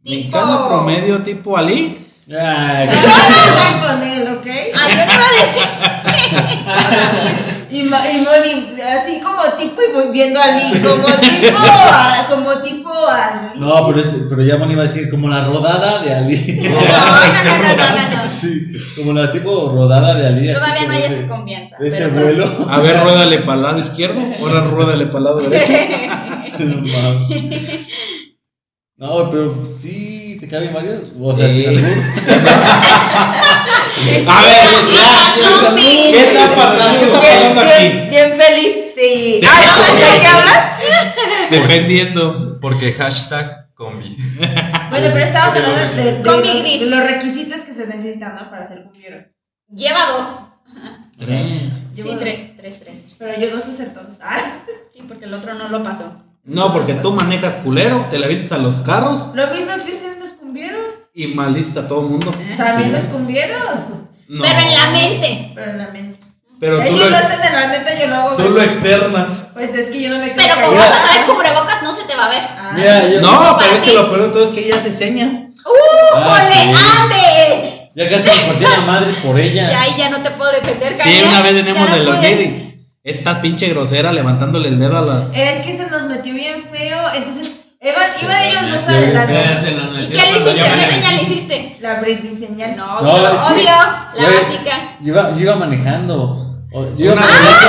Speaker 1: Mexicano
Speaker 4: Tipo-
Speaker 1: promedio tipo Ali.
Speaker 2: Ay,
Speaker 5: No se metan con él, ¿ok?
Speaker 4: Ah, yo no iba a decir.
Speaker 5: Y, ma- y moni- así como tipo y voy viendo a Lee, como tipo, a- como tipo a Lee.
Speaker 2: No, pero, este, pero ya Moni iba a decir como la rodada de Ali.
Speaker 4: No, no, no, no, no, no, no.
Speaker 2: Sí, como la tipo rodada de Ali. así
Speaker 4: Todavía no
Speaker 2: como
Speaker 4: hay
Speaker 2: ese-
Speaker 4: esa confianza.
Speaker 2: Ese
Speaker 4: pero-
Speaker 2: vuelo.
Speaker 1: A ver, ruédale para el lado izquierdo. Ahora ruédale para el lado derecho.
Speaker 2: No, mames. No, pero sí, te caben varios. O sea,
Speaker 1: Sí.
Speaker 2: sí.
Speaker 1: A ver, ya, ¿qué está pasando? ¿Qué está pasando
Speaker 7: Bien,
Speaker 1: aquí?
Speaker 7: bien feliz, sí.
Speaker 2: Sí.
Speaker 7: Ah, ¿De qué hablas?
Speaker 2: Dependiendo.
Speaker 3: Porque hashtag combi.
Speaker 5: Bueno, pero estabas hablando de, de
Speaker 4: Combi
Speaker 5: los-
Speaker 4: gris.
Speaker 5: de los requisitos que se necesitan ¿no? para ser cumbiero.
Speaker 4: Lleva dos.
Speaker 1: Tres.
Speaker 4: Sí, tres, tres, tres.
Speaker 5: Pero yo no sé hacer todos. Ah,
Speaker 4: Sí, porque el otro no lo pasó.
Speaker 1: No, porque tú manejas culero, te le avientas a los carros
Speaker 5: Lo mismo que usan los cumbieros.
Speaker 1: y maldices a todo el mundo.
Speaker 5: También
Speaker 1: Sí.
Speaker 5: los cumbieros.
Speaker 1: No.
Speaker 4: Eh, Pero en la mente.
Speaker 5: Pero en la mente.
Speaker 1: Pero tú
Speaker 5: Ellos
Speaker 1: lo,
Speaker 5: lo hacen en la mente, yo lo hago.
Speaker 1: tú lo externas.
Speaker 5: Pues es que yo no me creo.
Speaker 4: Pero como vas a traer cubrebocas, no se te va a ver.
Speaker 1: Ah, No,
Speaker 4: para
Speaker 1: pero es que
Speaker 4: ti.
Speaker 1: lo peor de todo es que ella hace señas.
Speaker 4: ¡Uh,
Speaker 2: Ah,
Speaker 4: jole, ande!
Speaker 2: Ya casi me partí la madre por
Speaker 4: Y
Speaker 2: ella.
Speaker 4: ahí ya no te puedo defender,
Speaker 1: Sí,
Speaker 4: Karen.
Speaker 1: una vez
Speaker 4: Ya
Speaker 1: tenemos
Speaker 4: no
Speaker 1: de los
Speaker 4: pude.
Speaker 1: Jedi. Esta pinche grosera levantándole el dedo a las.
Speaker 7: Es que se nos metió bien feo, entonces Eva, iba de ellos dos
Speaker 6: Ya
Speaker 7: adelante.
Speaker 6: se nos
Speaker 4: ¿Y
Speaker 6: metió
Speaker 4: qué le
Speaker 6: cuando
Speaker 4: hiciste?
Speaker 6: yo
Speaker 4: ¿Qué
Speaker 6: me-
Speaker 4: señal le hiciste?
Speaker 7: La Britney señal.
Speaker 4: No,
Speaker 2: No,
Speaker 4: yo
Speaker 2: es que-
Speaker 4: odio la
Speaker 2: güey.
Speaker 4: básica.
Speaker 2: Yo iba, yo iba manejando. O- Yo
Speaker 1: Una
Speaker 2: iba
Speaker 1: derecha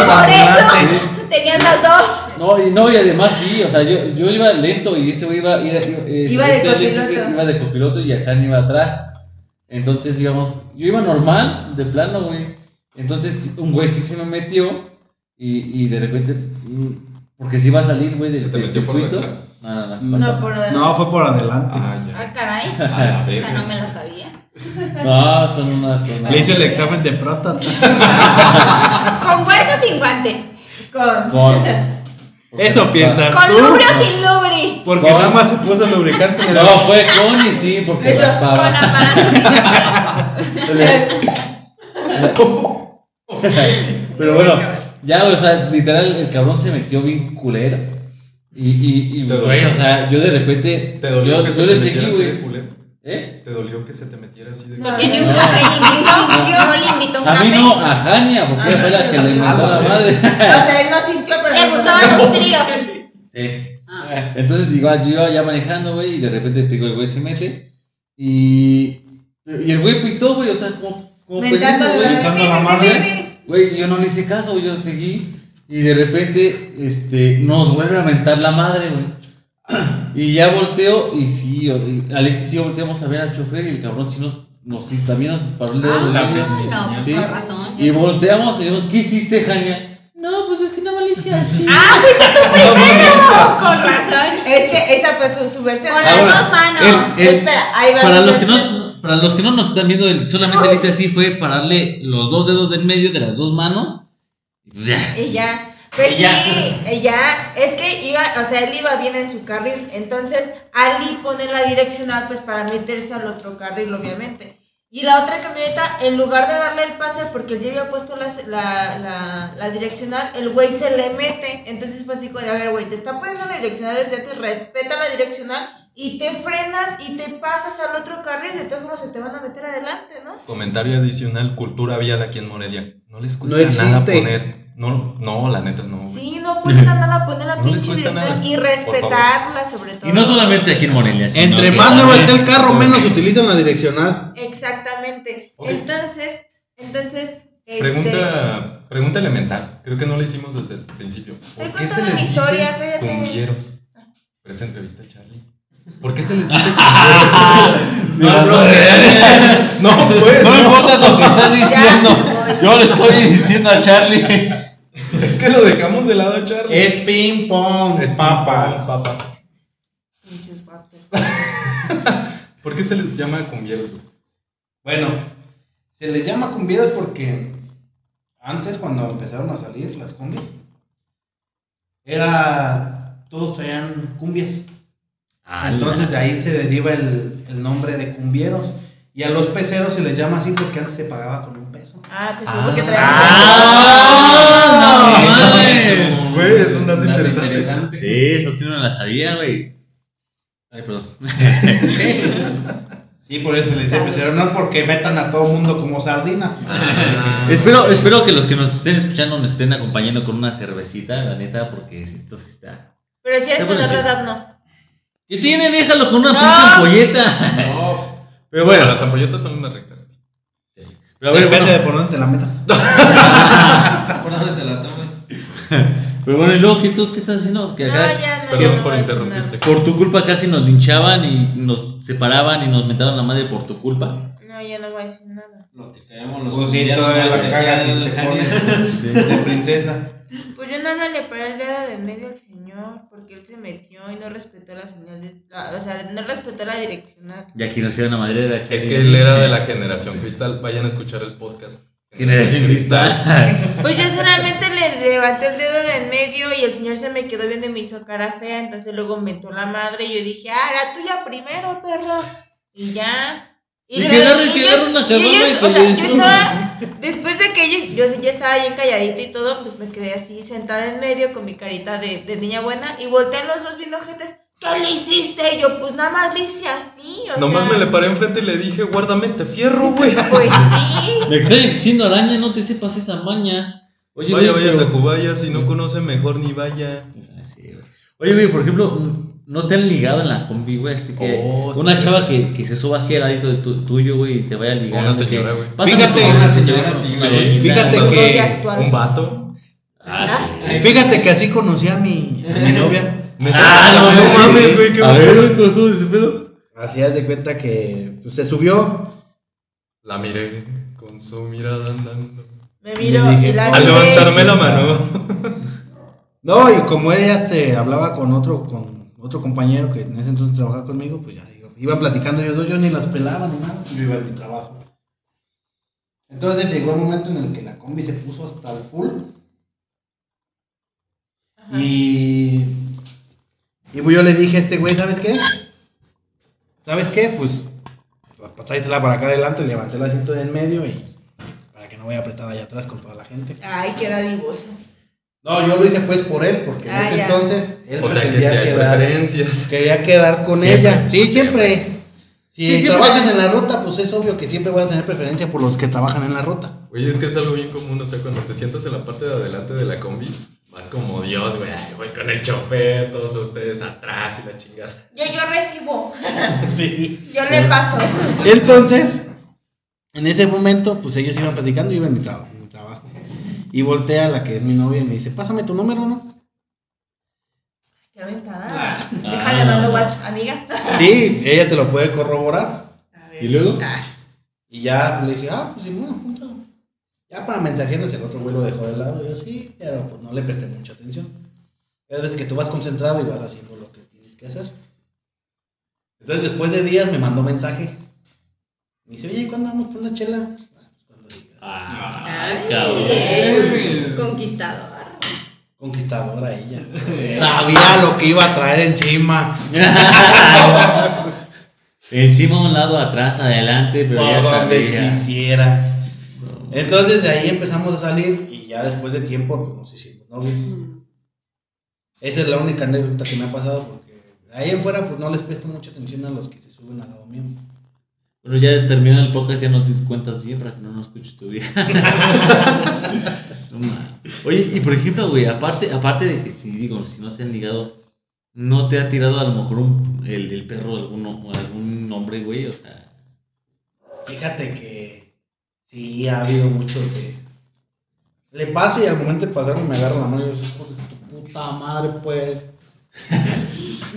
Speaker 2: manejando.
Speaker 1: para
Speaker 4: Ah, Por
Speaker 1: volante.
Speaker 4: eso tenían las dos.
Speaker 2: No, y no, y además sí, o sea, yo, yo iba lento y ese güey iba, iba,
Speaker 7: Iba de
Speaker 2: este Alexis
Speaker 7: copiloto.
Speaker 2: iba de copiloto y Ajan iba atrás. Entonces, digamos, yo iba normal, de plano, güey. Entonces, un güey sí se me metió y, y de repente, mm, porque sí iba a salir, güey, del
Speaker 3: ¿Se te
Speaker 2: del
Speaker 3: metió por
Speaker 2: circuito.
Speaker 3: detrás?
Speaker 2: No, no, no,
Speaker 7: No,
Speaker 2: pasa.
Speaker 7: por adelante.
Speaker 1: No, fue por adelante.
Speaker 3: Ah,
Speaker 4: Ah,
Speaker 3: ya. A
Speaker 4: caray.
Speaker 3: la
Speaker 4: O sea,
Speaker 3: verga.
Speaker 4: no me la sabía.
Speaker 2: No, son una cosa.
Speaker 1: Le hice el examen de próstata.
Speaker 4: Con guante o sin guante.
Speaker 5: Con.
Speaker 2: Con-
Speaker 1: Eso piensas
Speaker 4: Con lubri o
Speaker 1: tú.
Speaker 4: sin lubri.
Speaker 1: Porque
Speaker 2: Con-
Speaker 1: nada más se puso lubricante en el.
Speaker 2: No, fue con y sí, porque
Speaker 5: Eso,
Speaker 4: Con
Speaker 2: raspaba.
Speaker 4: aparato.
Speaker 2: Pero bueno, ya, o sea, literal, el cabrón se metió bien culero. Y, y, y
Speaker 3: Te
Speaker 2: güey,
Speaker 3: dolió.
Speaker 2: o sea, yo de repente.
Speaker 3: ¿Te dolió
Speaker 2: yo,
Speaker 3: que
Speaker 2: yo
Speaker 3: se
Speaker 2: le
Speaker 3: te
Speaker 2: seguí,
Speaker 3: metiera así de
Speaker 2: güey.
Speaker 3: culero?
Speaker 2: ¿Eh?
Speaker 3: ¿Te dolió que se te metiera así de
Speaker 7: No,
Speaker 4: Porque
Speaker 3: culero?
Speaker 4: ni un café le invitó. No le invitó un
Speaker 2: A mí
Speaker 4: café.
Speaker 2: no, a Jania, porque ella fue la que le mandó la madre.
Speaker 5: O
Speaker 1: Eh.
Speaker 5: sea, él no sintió, pero.
Speaker 4: Le
Speaker 5: no-
Speaker 4: gustaban los tríos.
Speaker 2: Sí.
Speaker 4: Ah.
Speaker 2: Entonces, igual, yo iba ya manejando, güey, y de repente, te digo, el güey se mete. Y. Y el güey pitó, güey, o sea, como. como
Speaker 5: Mentando
Speaker 2: pendejo, güey.
Speaker 5: la-
Speaker 1: Mentando la madre.
Speaker 2: Güey, yo no le hice caso, yo seguí y de repente este, nos vuelve a mentar la madre, güey. Y ya volteo y sí, o- y Alexis y yo volteamos a ver al chofer y el cabrón sí nos, nos sí, también nos paró el dedo del
Speaker 6: la
Speaker 2: medio.
Speaker 6: Britney,
Speaker 4: Ah, No, pues
Speaker 2: Sí.
Speaker 4: con razón.
Speaker 2: Y volteamos y dijimos, ¿qué hiciste, Jania? No, pues es que no me le hice así.
Speaker 4: ¡Ah, fuiste tú primero! Con razón.
Speaker 5: Es que esa fue su, su versión.
Speaker 1: Ah,
Speaker 4: Con las
Speaker 2: Ahora,
Speaker 4: dos manos.
Speaker 2: el-
Speaker 7: Espera, ahí va.
Speaker 2: Para
Speaker 7: mi
Speaker 2: los que
Speaker 7: versión.
Speaker 4: este.
Speaker 2: no, para los que no nos están viendo, él solamente le hice así fue pararle los dos dedos del medio de las dos manos. Y pues ya.
Speaker 5: Ella. Pues
Speaker 6: Ella.
Speaker 5: sí, ella. Es que iba, o sea, él iba bien en su carril. Entonces, Ali pone la direccional, pues para meterse al otro carril, obviamente. Y la otra camioneta, en lugar de darle el pase, porque él ya había puesto la, la, la, la direccional, el güey se le mete. Entonces fue así como de, a ver, güey, te está poniendo la direccional desde antes, respeta la direccional y te frenas y te pasas al otro carril. Entonces, como se te van a meter adelante, ¿no?
Speaker 3: Comentario adicional, cultura vial aquí en Morelia. No les cuesta
Speaker 1: No
Speaker 3: nada
Speaker 1: existe.
Speaker 3: poner. No, no, la neta no. güey.
Speaker 5: Sí, no cuesta nada poner la
Speaker 3: No les
Speaker 5: pinche
Speaker 3: cuesta
Speaker 5: dirección
Speaker 3: nada,
Speaker 5: y
Speaker 3: por
Speaker 5: respetarla sobre todo.
Speaker 2: Y no solamente aquí en Morelia. sino
Speaker 1: Entre
Speaker 2: que
Speaker 1: más nuevo
Speaker 2: también-
Speaker 1: esté el carro, menos utilizan la direccional.
Speaker 5: Exactamente.
Speaker 3: Ok.
Speaker 5: Entonces, entonces este,
Speaker 3: Pregunta, pregunta elemental. Creo que no la hicimos desde el principio. ¿Por
Speaker 5: Estoy
Speaker 3: qué se
Speaker 5: contando
Speaker 3: les
Speaker 5: mi
Speaker 3: dice
Speaker 5: historia, fíjate.
Speaker 3: cumbieros? Pero esa entrevista a Charlie. ¿Por qué se les dice cumbieros?
Speaker 2: No, no,
Speaker 3: no, pues.
Speaker 2: no me importa lo que está diciendo.
Speaker 5: voy.
Speaker 2: Yo le estoy diciendo a Charlie.
Speaker 3: Es que lo dejamos de lado a Charlie.
Speaker 1: Es ping pong, es papa.
Speaker 3: Papas.
Speaker 5: pinches guapos.
Speaker 3: ¿Por qué se les llama cumbieros? güey?
Speaker 1: Bueno, se les llama cumbieros porque antes cuando empezaron a salir las cumbias, era todos traían cumbias. Entonces de ahí se deriva el, el nombre de cumbieros. Y a los peceros se les llama así porque antes se pagaba con un peso.
Speaker 5: Ah, pues tuvo que traer.
Speaker 2: Ah, no mames.
Speaker 3: Güey, es un dato interesante.
Speaker 2: Sí, eso sí no la sabía, güey. Ay, perdón.
Speaker 1: Sí, por eso se les dice peceros, no porque metan a todo mundo como sardina.
Speaker 3: Ah.
Speaker 2: Espero, espero que los que nos estén escuchando nos estén acompañando con una cervecita, la neta, porque esto sí está.
Speaker 5: Pero si eres
Speaker 2: Qué bueno,
Speaker 5: menor de
Speaker 2: sí.
Speaker 5: edad, no.
Speaker 2: ¿Qué tiene? Déjalo con una
Speaker 5: No.
Speaker 2: pinche ampolleta.
Speaker 6: No,
Speaker 2: Pero bueno,
Speaker 3: las ampolletas son unas rectas.
Speaker 2: pero a ver,
Speaker 1: Depende
Speaker 2: bueno.
Speaker 1: de por dónde te la metas.
Speaker 6: ¿por dónde te la tomas?
Speaker 2: Pero bueno, y luego, ¿qué tú qué estás haciendo? Que
Speaker 5: No,
Speaker 2: acá-
Speaker 5: ya no. ya
Speaker 3: Perdón por
Speaker 5: no voy a decir
Speaker 3: interrumpirte.
Speaker 2: Por tu culpa casi nos linchaban y nos separaban y nos metaron la madre por tu culpa.
Speaker 5: nada. No, ya no voy a decir nada.
Speaker 6: Lo que caemos los
Speaker 8: Pues sí,
Speaker 6: colombianos,
Speaker 8: todavía
Speaker 6: más
Speaker 8: la cagas y te
Speaker 6: Jaime.
Speaker 8: pones de princesa.
Speaker 5: Pues yo nada más le paré el dedo de en medio al señor porque él se metió y no respetó la señal de. la- o sea, no respetó la direccional.
Speaker 2: Y aquí nos dieron la madre de la
Speaker 3: Es que él era de la generación cristal. Vayan a escuchar el podcast.
Speaker 2: generación cristal.
Speaker 5: Pues yo solamente le levanté el dedo de en medio y el señor se me quedó viendo y me hizo cara fea. Entonces luego mentó la madre y yo dije, ah, la tuya primero, perro. Y ya.
Speaker 2: Y
Speaker 5: le-
Speaker 2: que agarre- que agarre una
Speaker 5: ellos-
Speaker 2: caguama y
Speaker 5: ellos-
Speaker 2: que
Speaker 5: o
Speaker 2: le
Speaker 5: sea, yo
Speaker 2: destruya.
Speaker 5: estaba- Después de que yo, yo sí ya estaba bien calladita y todo, pues me quedé así sentada en medio con mi carita de, de niña buena y volteé los dos bien ojetes. ¿Qué le hiciste? Y yo, pues nada más le hice así. O
Speaker 3: Nomás
Speaker 5: sea,
Speaker 3: me le paré enfrente y le dije, guárdame este fierro, güey.
Speaker 5: Pues sí.
Speaker 2: Me extraña que siendo araña no te sepas esa maña. Oye,
Speaker 3: Vaya,
Speaker 2: güey,
Speaker 3: vaya a
Speaker 2: pero-
Speaker 3: Tacubaya, si no conoce mejor ni vaya.
Speaker 2: Ah, sí, güey. Oye, güey, por ejemplo, no te han ligado en la combi, güey. Así que
Speaker 3: Oh, sí,
Speaker 2: una
Speaker 3: sí.
Speaker 2: chava que, que se suba así al ladito de tu- tuyo, güey, y te vaya a ligar.
Speaker 3: Una
Speaker 2: de que,
Speaker 3: señora, güey.
Speaker 2: "Pásame
Speaker 1: Fíjate,
Speaker 2: tu-
Speaker 6: una señora, sí,
Speaker 2: tu-
Speaker 6: güey.
Speaker 2: tu-
Speaker 1: Fíjate
Speaker 2: tu-
Speaker 1: que-
Speaker 5: Ya actual.
Speaker 3: Un vato.
Speaker 2: Ah, sí.
Speaker 6: Ay,
Speaker 1: Fíjate que así conocí a mi, a mi novia.
Speaker 2: Ah, no,
Speaker 3: no
Speaker 2: güey.
Speaker 3: mames, güey, qué
Speaker 2: A
Speaker 3: bueno.
Speaker 2: ver, güey, ¿cómo estuvo ese pedo?
Speaker 1: Así haz de cuenta que pues, se subió.
Speaker 3: La miré con su mirada andando.
Speaker 5: Me miro
Speaker 1: Y
Speaker 5: y,
Speaker 1: dije,
Speaker 5: la
Speaker 1: "A
Speaker 3: A
Speaker 5: miré.
Speaker 3: levantarme la mano.
Speaker 1: No, y como ella se hablaba con otro, con otro compañero que en ese entonces trabajaba conmigo, pues ya digo, iban platicando ellos dos, yo ni las pelaba ni nada, yo iba a mi trabajo. Entonces llegó el momento en el que la combi se puso hasta el full. Y. Y pues yo le dije a este güey, ¿sabes qué? ¿Sabes qué? Pues pa- tráetela para acá adelante, levanté el asiento de en medio y para que no vaya apretada allá atrás con toda la gente.
Speaker 4: Ay, qué dadivoso.
Speaker 1: No, yo lo hice pues por él, porque en
Speaker 4: Ah,
Speaker 1: ese
Speaker 4: ya.
Speaker 1: entonces él
Speaker 3: O sea que si
Speaker 1: pretendía
Speaker 3: hay
Speaker 1: quedar-
Speaker 3: preferencias.
Speaker 1: quería quedar con
Speaker 3: Siempre,
Speaker 1: ella. Sí, siempre. Si
Speaker 2: Sí, siempre.
Speaker 1: trabajan en la ruta, pues es obvio que siempre van a tener preferencia por los que trabajan en la ruta.
Speaker 3: Oye, es que es algo bien común, o sea, cuando te sientas en la parte de adelante de la combi, vas como Dios, güey, ay, voy con el chofer, todos ustedes atrás y la chingada.
Speaker 5: Yo, yo recibo.
Speaker 1: Sí.
Speaker 5: Yo le paso.
Speaker 1: Entonces, en ese momento, pues ellos iban platicando, yo iba en mi, traba- en mi trabajo. Y voltea la que es mi novia y me dice, pásame tu número, ¿no?
Speaker 5: Qué aventada.
Speaker 6: Ah,
Speaker 5: Déjale mando WhatsApp, amiga.
Speaker 1: Sí, ella te lo puede corroborar.
Speaker 5: A
Speaker 2: ¿Y luego?
Speaker 1: Y ya le dije, ah, pues sí, bueno, punto. Ya para mensajeros, el otro güey lo dejó de lado. Yo sí, pero pues no le presté mucha atención. Hay veces que tú vas concentrado y vas haciendo lo que tienes que hacer. Entonces, después de días, me mandó mensaje. Me dice, oye, ¿cuándo vamos por una chela? "Ah, pues, cuando digas".
Speaker 2: Ah,
Speaker 4: Ay,
Speaker 2: cabrón.
Speaker 4: Conquistador.
Speaker 1: Conquistadora ella. Sabía lo que iba a traer encima.
Speaker 2: Encima a un lado, atrás, adelante, pero ya
Speaker 1: Por donde
Speaker 2: sabía.
Speaker 1: quisiera. Entonces, de ahí empezamos a salir y ya después de tiempo, pues nos hicimos novios. Esa es la única anécdota que me ha pasado porque de ahí en fuera pues no les presto mucha atención a los que se suben al lado mío.
Speaker 2: Bueno, ya terminó el podcast, ya no te cuentas bien para que no nos escuche tu vieja. No mames. Oye, y por ejemplo, güey, aparte, aparte de que si digo, si no te han ligado, ¿no te ha tirado a lo mejor un- el, el perro de algún, o algún hombre, güey? O sea,
Speaker 1: Fíjate que sí ha habido muchos que le paso y al momento de pasarme me agarro la mano y yo, hijo de tu puta madre pues.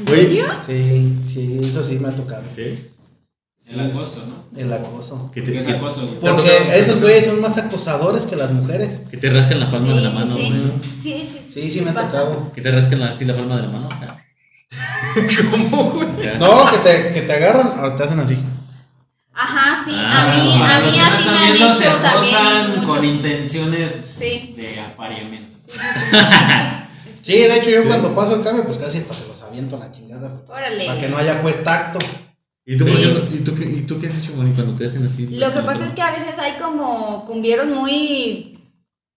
Speaker 2: oye,
Speaker 1: Sí, sí, eso sí me ha tocado.
Speaker 6: el acoso, ¿no?
Speaker 1: El acoso.
Speaker 2: que te,
Speaker 6: Porque es
Speaker 2: que,
Speaker 6: acoso, güey.
Speaker 1: Porque esos güeyes son más acosadores que las mujeres.
Speaker 2: que te rascan la palma
Speaker 4: Sí,
Speaker 2: de la
Speaker 4: sí,
Speaker 2: mano,
Speaker 4: sí.
Speaker 2: güey.
Speaker 4: Sí, sí, sí.
Speaker 1: Sí, sí me ha
Speaker 4: pasa.
Speaker 1: tocado.
Speaker 2: Que te rascan la- así la palma de la mano. o sea,
Speaker 3: ¿Cómo, güey?
Speaker 2: ya.
Speaker 1: No, que te, que te agarran o te hacen así.
Speaker 4: Ajá, sí.
Speaker 2: Ah,
Speaker 4: a mí,
Speaker 2: bueno,
Speaker 4: a
Speaker 6: Los
Speaker 4: mí
Speaker 6: demás
Speaker 4: así me han
Speaker 6: también los
Speaker 4: dicho
Speaker 6: acosan
Speaker 4: también.
Speaker 6: con
Speaker 4: muchos.
Speaker 6: intenciones
Speaker 4: Sí.
Speaker 6: de apareamiento.
Speaker 1: Sí, de hecho yo cuando paso el cambio pues casi hasta se los aviento a la chingada. pues,
Speaker 4: Órale.
Speaker 1: Para que no haya pues tacto.
Speaker 2: ¿Y tú, por
Speaker 4: Sí.
Speaker 2: ejemplo, ¿y, tú, qué- ¿Y tú qué has hecho, Moni, cuando te hacen así?
Speaker 4: Lo que pasa es que a veces hay como cumbieros muy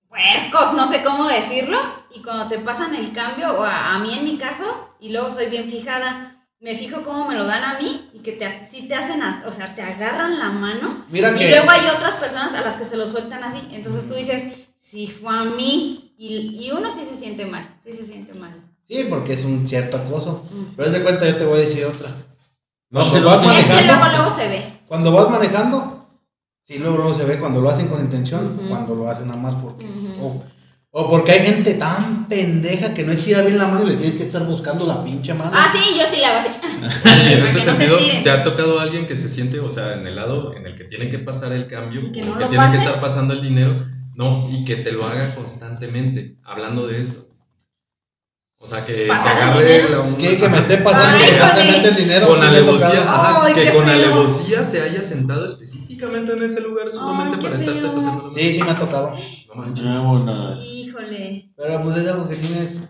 Speaker 4: puercos, no sé cómo decirlo, y cuando te pasan el cambio, o a, a mí en mi caso, y luego soy bien fijada, me fijo cómo me lo dan a mí y que te, ha- sí te hacen, as- o sea, te agarran la mano.
Speaker 1: Mira
Speaker 4: y
Speaker 1: que-
Speaker 4: luego hay otras personas a las que se lo sueltan así, entonces tú dices, si fue a mí, y, y uno sí se siente mal, sí se siente mal.
Speaker 1: Sí, porque es un cierto acoso.
Speaker 4: Mm.
Speaker 1: Pero haz de cuenta yo te voy a decir otra.
Speaker 2: No, se
Speaker 1: Cuando
Speaker 2: lo
Speaker 1: vas
Speaker 4: Es que luego,
Speaker 1: manejando,
Speaker 4: luego se ve.
Speaker 1: cuando vas manejando, sí, luego, luego se ve cuando lo hacen con intención,
Speaker 4: Ujú.
Speaker 1: cuando lo hacen nada más porque
Speaker 4: Ujú.
Speaker 1: o, O porque hay gente tan pendeja que no es girar bien la mano y le tienes que estar buscando la pinche mano.
Speaker 4: Ah, sí, yo sí la hago así.
Speaker 3: Oye, en
Speaker 4: Para que no
Speaker 3: este
Speaker 4: se
Speaker 3: sentido,
Speaker 4: estire.
Speaker 3: ¿te ha tocado alguien que se siente, o sea, en el lado en el que tiene que pasar el cambio,
Speaker 7: Y que
Speaker 3: en
Speaker 7: no
Speaker 3: el que
Speaker 7: lo
Speaker 3: tiene que
Speaker 7: pase.
Speaker 3: estar pasando el dinero? No, y que te lo haga constantemente, hablando de esto. O sea, que te
Speaker 4: Pasar el
Speaker 3: agarre
Speaker 4: dinero.
Speaker 3: la un-
Speaker 1: Que, que me esté pasando
Speaker 3: Ay,
Speaker 1: constantemente el dinero.
Speaker 3: con
Speaker 1: sí me ha
Speaker 3: alevosía,
Speaker 1: tocado.
Speaker 3: ajá,
Speaker 7: Ay,
Speaker 3: que
Speaker 7: qué
Speaker 3: con
Speaker 7: feo.
Speaker 3: alevosía se haya sentado específicamente en ese lugar solamente
Speaker 7: qué
Speaker 3: para estarte
Speaker 7: feo.
Speaker 3: tocando la
Speaker 1: Sí, sí me ha tocado.
Speaker 3: mano. No
Speaker 8: Ah,
Speaker 3: manches.
Speaker 8: Vámonos.
Speaker 4: Híjole.
Speaker 1: Pero pues es algo que tienes.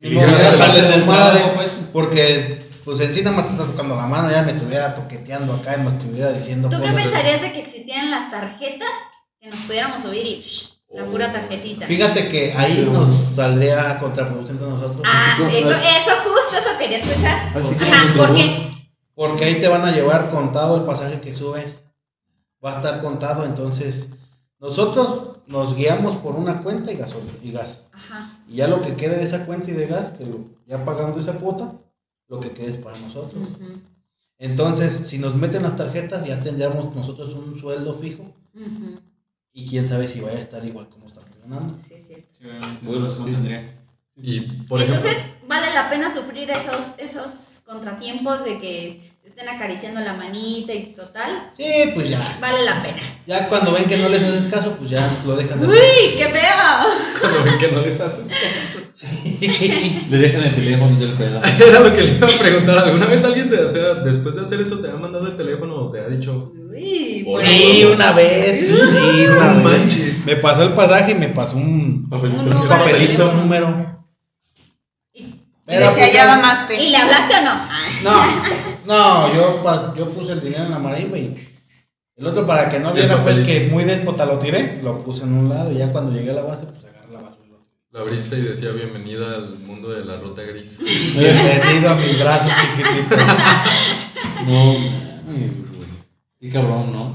Speaker 8: Y
Speaker 1: Ni modo,
Speaker 8: ya
Speaker 1: ya
Speaker 8: te
Speaker 1: parte
Speaker 8: metes
Speaker 1: de
Speaker 8: el
Speaker 1: madre,
Speaker 8: clavo, pues.
Speaker 1: Porque pues en sí nada más te estás tocando la mano, ya me estuviera toqueteando acá y me estuviera diciendo.
Speaker 4: ¿Tú qué
Speaker 1: cosas.
Speaker 4: pensarías de que existieran las tarjetas que nos pudiéramos subir y psh, la pura tarjetita?
Speaker 1: Fíjate que ahí nos saldría contraproducente a nosotros.
Speaker 4: Ah, eso, eso justo, eso quería escuchar.
Speaker 8: Así como
Speaker 4: Ajá,
Speaker 8: autobús.
Speaker 4: porque
Speaker 1: Porque ahí te van a llevar contado el pasaje que subes. Va a estar contado, entonces nosotros nos guiamos por una cuenta y gas. Y, gas.
Speaker 4: Ajá.
Speaker 1: y ya lo que quede de esa cuenta y de gas, que lo- ya pagando esa cuota, lo que quede es para nosotros.
Speaker 4: Ujú,
Speaker 1: Entonces, si nos meten las tarjetas, ya tendríamos nosotros un sueldo fijo
Speaker 4: ujú.
Speaker 1: y quién sabe si vaya a estar igual como estamos ganando.
Speaker 4: Sí, es cierto.
Speaker 6: Bueno, sí.
Speaker 3: Y, por ejemplo,
Speaker 4: Entonces, vale la pena sufrir esos, esos contratiempos de que te estén acariciando la manita y total.
Speaker 1: Sí, pues ya.
Speaker 4: Vale la pena.
Speaker 1: Ya cuando ven que no les haces caso, pues ya lo dejan de hacer.
Speaker 4: ¡Uy! ¡Qué feo!
Speaker 3: cuando ven que no les haces caso.
Speaker 8: Le dejan el teléfono del pedo.
Speaker 3: Era lo que le iba a preguntar. ¿Alguna vez alguien te, o sea, después de hacer eso, te ha mandado el teléfono o te ha dicho,
Speaker 4: Uy,
Speaker 3: Hola,
Speaker 1: Sí,
Speaker 3: güey.
Speaker 1: una vez. Sí, una
Speaker 3: no
Speaker 1: vez.
Speaker 3: manches?
Speaker 1: Me pasó el pasaje y me pasó un
Speaker 4: un
Speaker 1: un
Speaker 4: número
Speaker 1: papelito,
Speaker 4: de
Speaker 1: un número.
Speaker 4: Y-
Speaker 1: Pero,
Speaker 9: Decía, ya
Speaker 1: pues, ya-
Speaker 4: ¿Y
Speaker 9: mamaste.
Speaker 4: le hablaste o no? Ah.
Speaker 1: No, no, yo, pa- yo puse el dinero en la marimba y el otro para que no
Speaker 3: Y el
Speaker 1: viera pues
Speaker 3: papelito.
Speaker 1: que muy déspota lo tiré, lo puse en un lado y ya cuando llegué a la base, pues agarré la basura.
Speaker 3: Lo abriste y decía, bienvenida al mundo de la ruta gris.
Speaker 1: Bienvenido a mis brazos chiquitito.
Speaker 8: No, mames, güey. Qué cabrón, ¿no?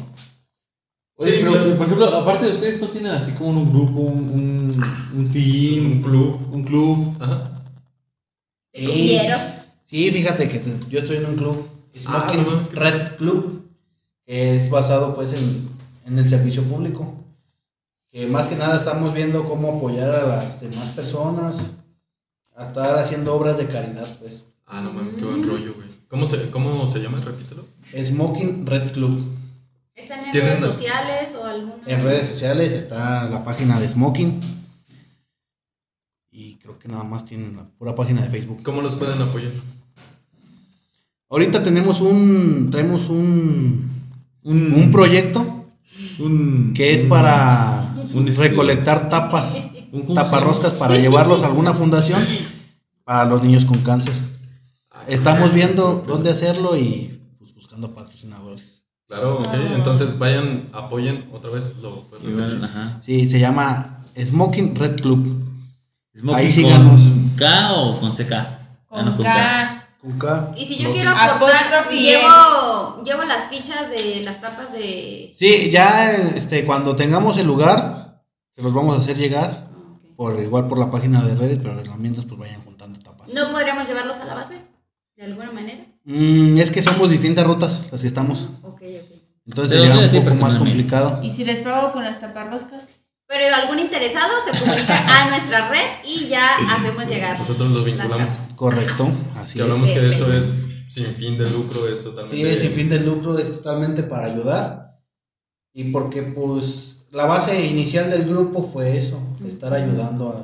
Speaker 8: Oye,
Speaker 3: Sí,
Speaker 8: pero,
Speaker 3: claro.
Speaker 8: por ejemplo, aparte de ustedes, ¿no tienen así como un grupo, un, un, un team,
Speaker 3: Un club.
Speaker 8: Un club.
Speaker 3: Ajá.
Speaker 4: De cumbieros.
Speaker 1: Sí, fíjate que te- yo estoy en un club, Smoking
Speaker 3: Ah, no mames, qué
Speaker 1: Red Club, que es basado pues en, en el servicio público. Que más que nada estamos viendo cómo apoyar a las demás personas, a estar haciendo obras de caridad, pues.
Speaker 3: Ah, no mames, qué buen
Speaker 4: Mm.
Speaker 3: rollo, güey. ¿Cómo se, ¿Cómo se llama? Repítelo.
Speaker 1: Smoking Red Club.
Speaker 4: ¿Están en
Speaker 3: Tienen
Speaker 4: redes
Speaker 3: la-
Speaker 4: sociales o alguna?
Speaker 1: En redes sociales está la página de Smoking. Y creo que nada más tienen la pura página de Facebook.
Speaker 3: ¿Cómo los pueden apoyar?
Speaker 1: Ahorita tenemos un, traemos un,
Speaker 8: Un,
Speaker 1: un proyecto
Speaker 8: un-
Speaker 1: que es
Speaker 8: un-
Speaker 1: para
Speaker 8: un este-
Speaker 1: recolectar tapas,
Speaker 8: un- ¿cómo se
Speaker 1: taparroscas para llevarlos a alguna fundación para los niños con cáncer.
Speaker 3: Ah, qué
Speaker 1: Estamos
Speaker 3: padre.
Speaker 1: viendo dónde hacerlo y pues, buscando patrocinadores.
Speaker 3: Claro, ok.
Speaker 4: Ah.
Speaker 3: Entonces vayan, apoyen otra vez. Lo puedes
Speaker 2: Y bueno,
Speaker 3: repetir.
Speaker 2: ajá.
Speaker 1: Sí, se llama Smoking Red Club.
Speaker 2: Smoking
Speaker 1: Ahí síganos.
Speaker 2: con K o con CK. Ah, no,
Speaker 5: Con K.
Speaker 1: Con K.
Speaker 4: Y si
Speaker 3: No,
Speaker 4: yo quiero
Speaker 5: tiene-
Speaker 4: aportar,
Speaker 5: Apóstrofe y
Speaker 4: llevo, llevo las fichas de las tapas de...
Speaker 1: Sí, ya este, cuando tengamos el lugar, se los vamos a hacer llegar,
Speaker 4: Ah, ok.
Speaker 1: por igual por la página de redes, pero mientras pues vayan juntando tapas.
Speaker 4: ¿No podríamos llevarlos a la base? ¿De alguna manera?
Speaker 1: Mm, es que somos distintas rutas las que estamos,
Speaker 4: Ok, ok.
Speaker 1: entonces
Speaker 2: ¿De
Speaker 1: será
Speaker 2: dónde
Speaker 1: un
Speaker 2: a ti
Speaker 1: poco más
Speaker 2: personalmente?
Speaker 1: complicado.
Speaker 5: ¿Y si les pago con las taparroscas?
Speaker 4: Pero algún interesado se comunica a nuestra red y ya hacemos llegar.
Speaker 3: Nosotros los
Speaker 4: las
Speaker 3: vinculamos.
Speaker 4: tapas.
Speaker 1: Correcto, así
Speaker 3: Que
Speaker 1: es.
Speaker 3: hablamos
Speaker 4: sí.
Speaker 3: que esto es sin fin de lucro, es totalmente.
Speaker 1: Sí, es sin fin de lucro, es totalmente para ayudar. Y porque, pues, la base inicial del grupo fue eso, estar ayudando a...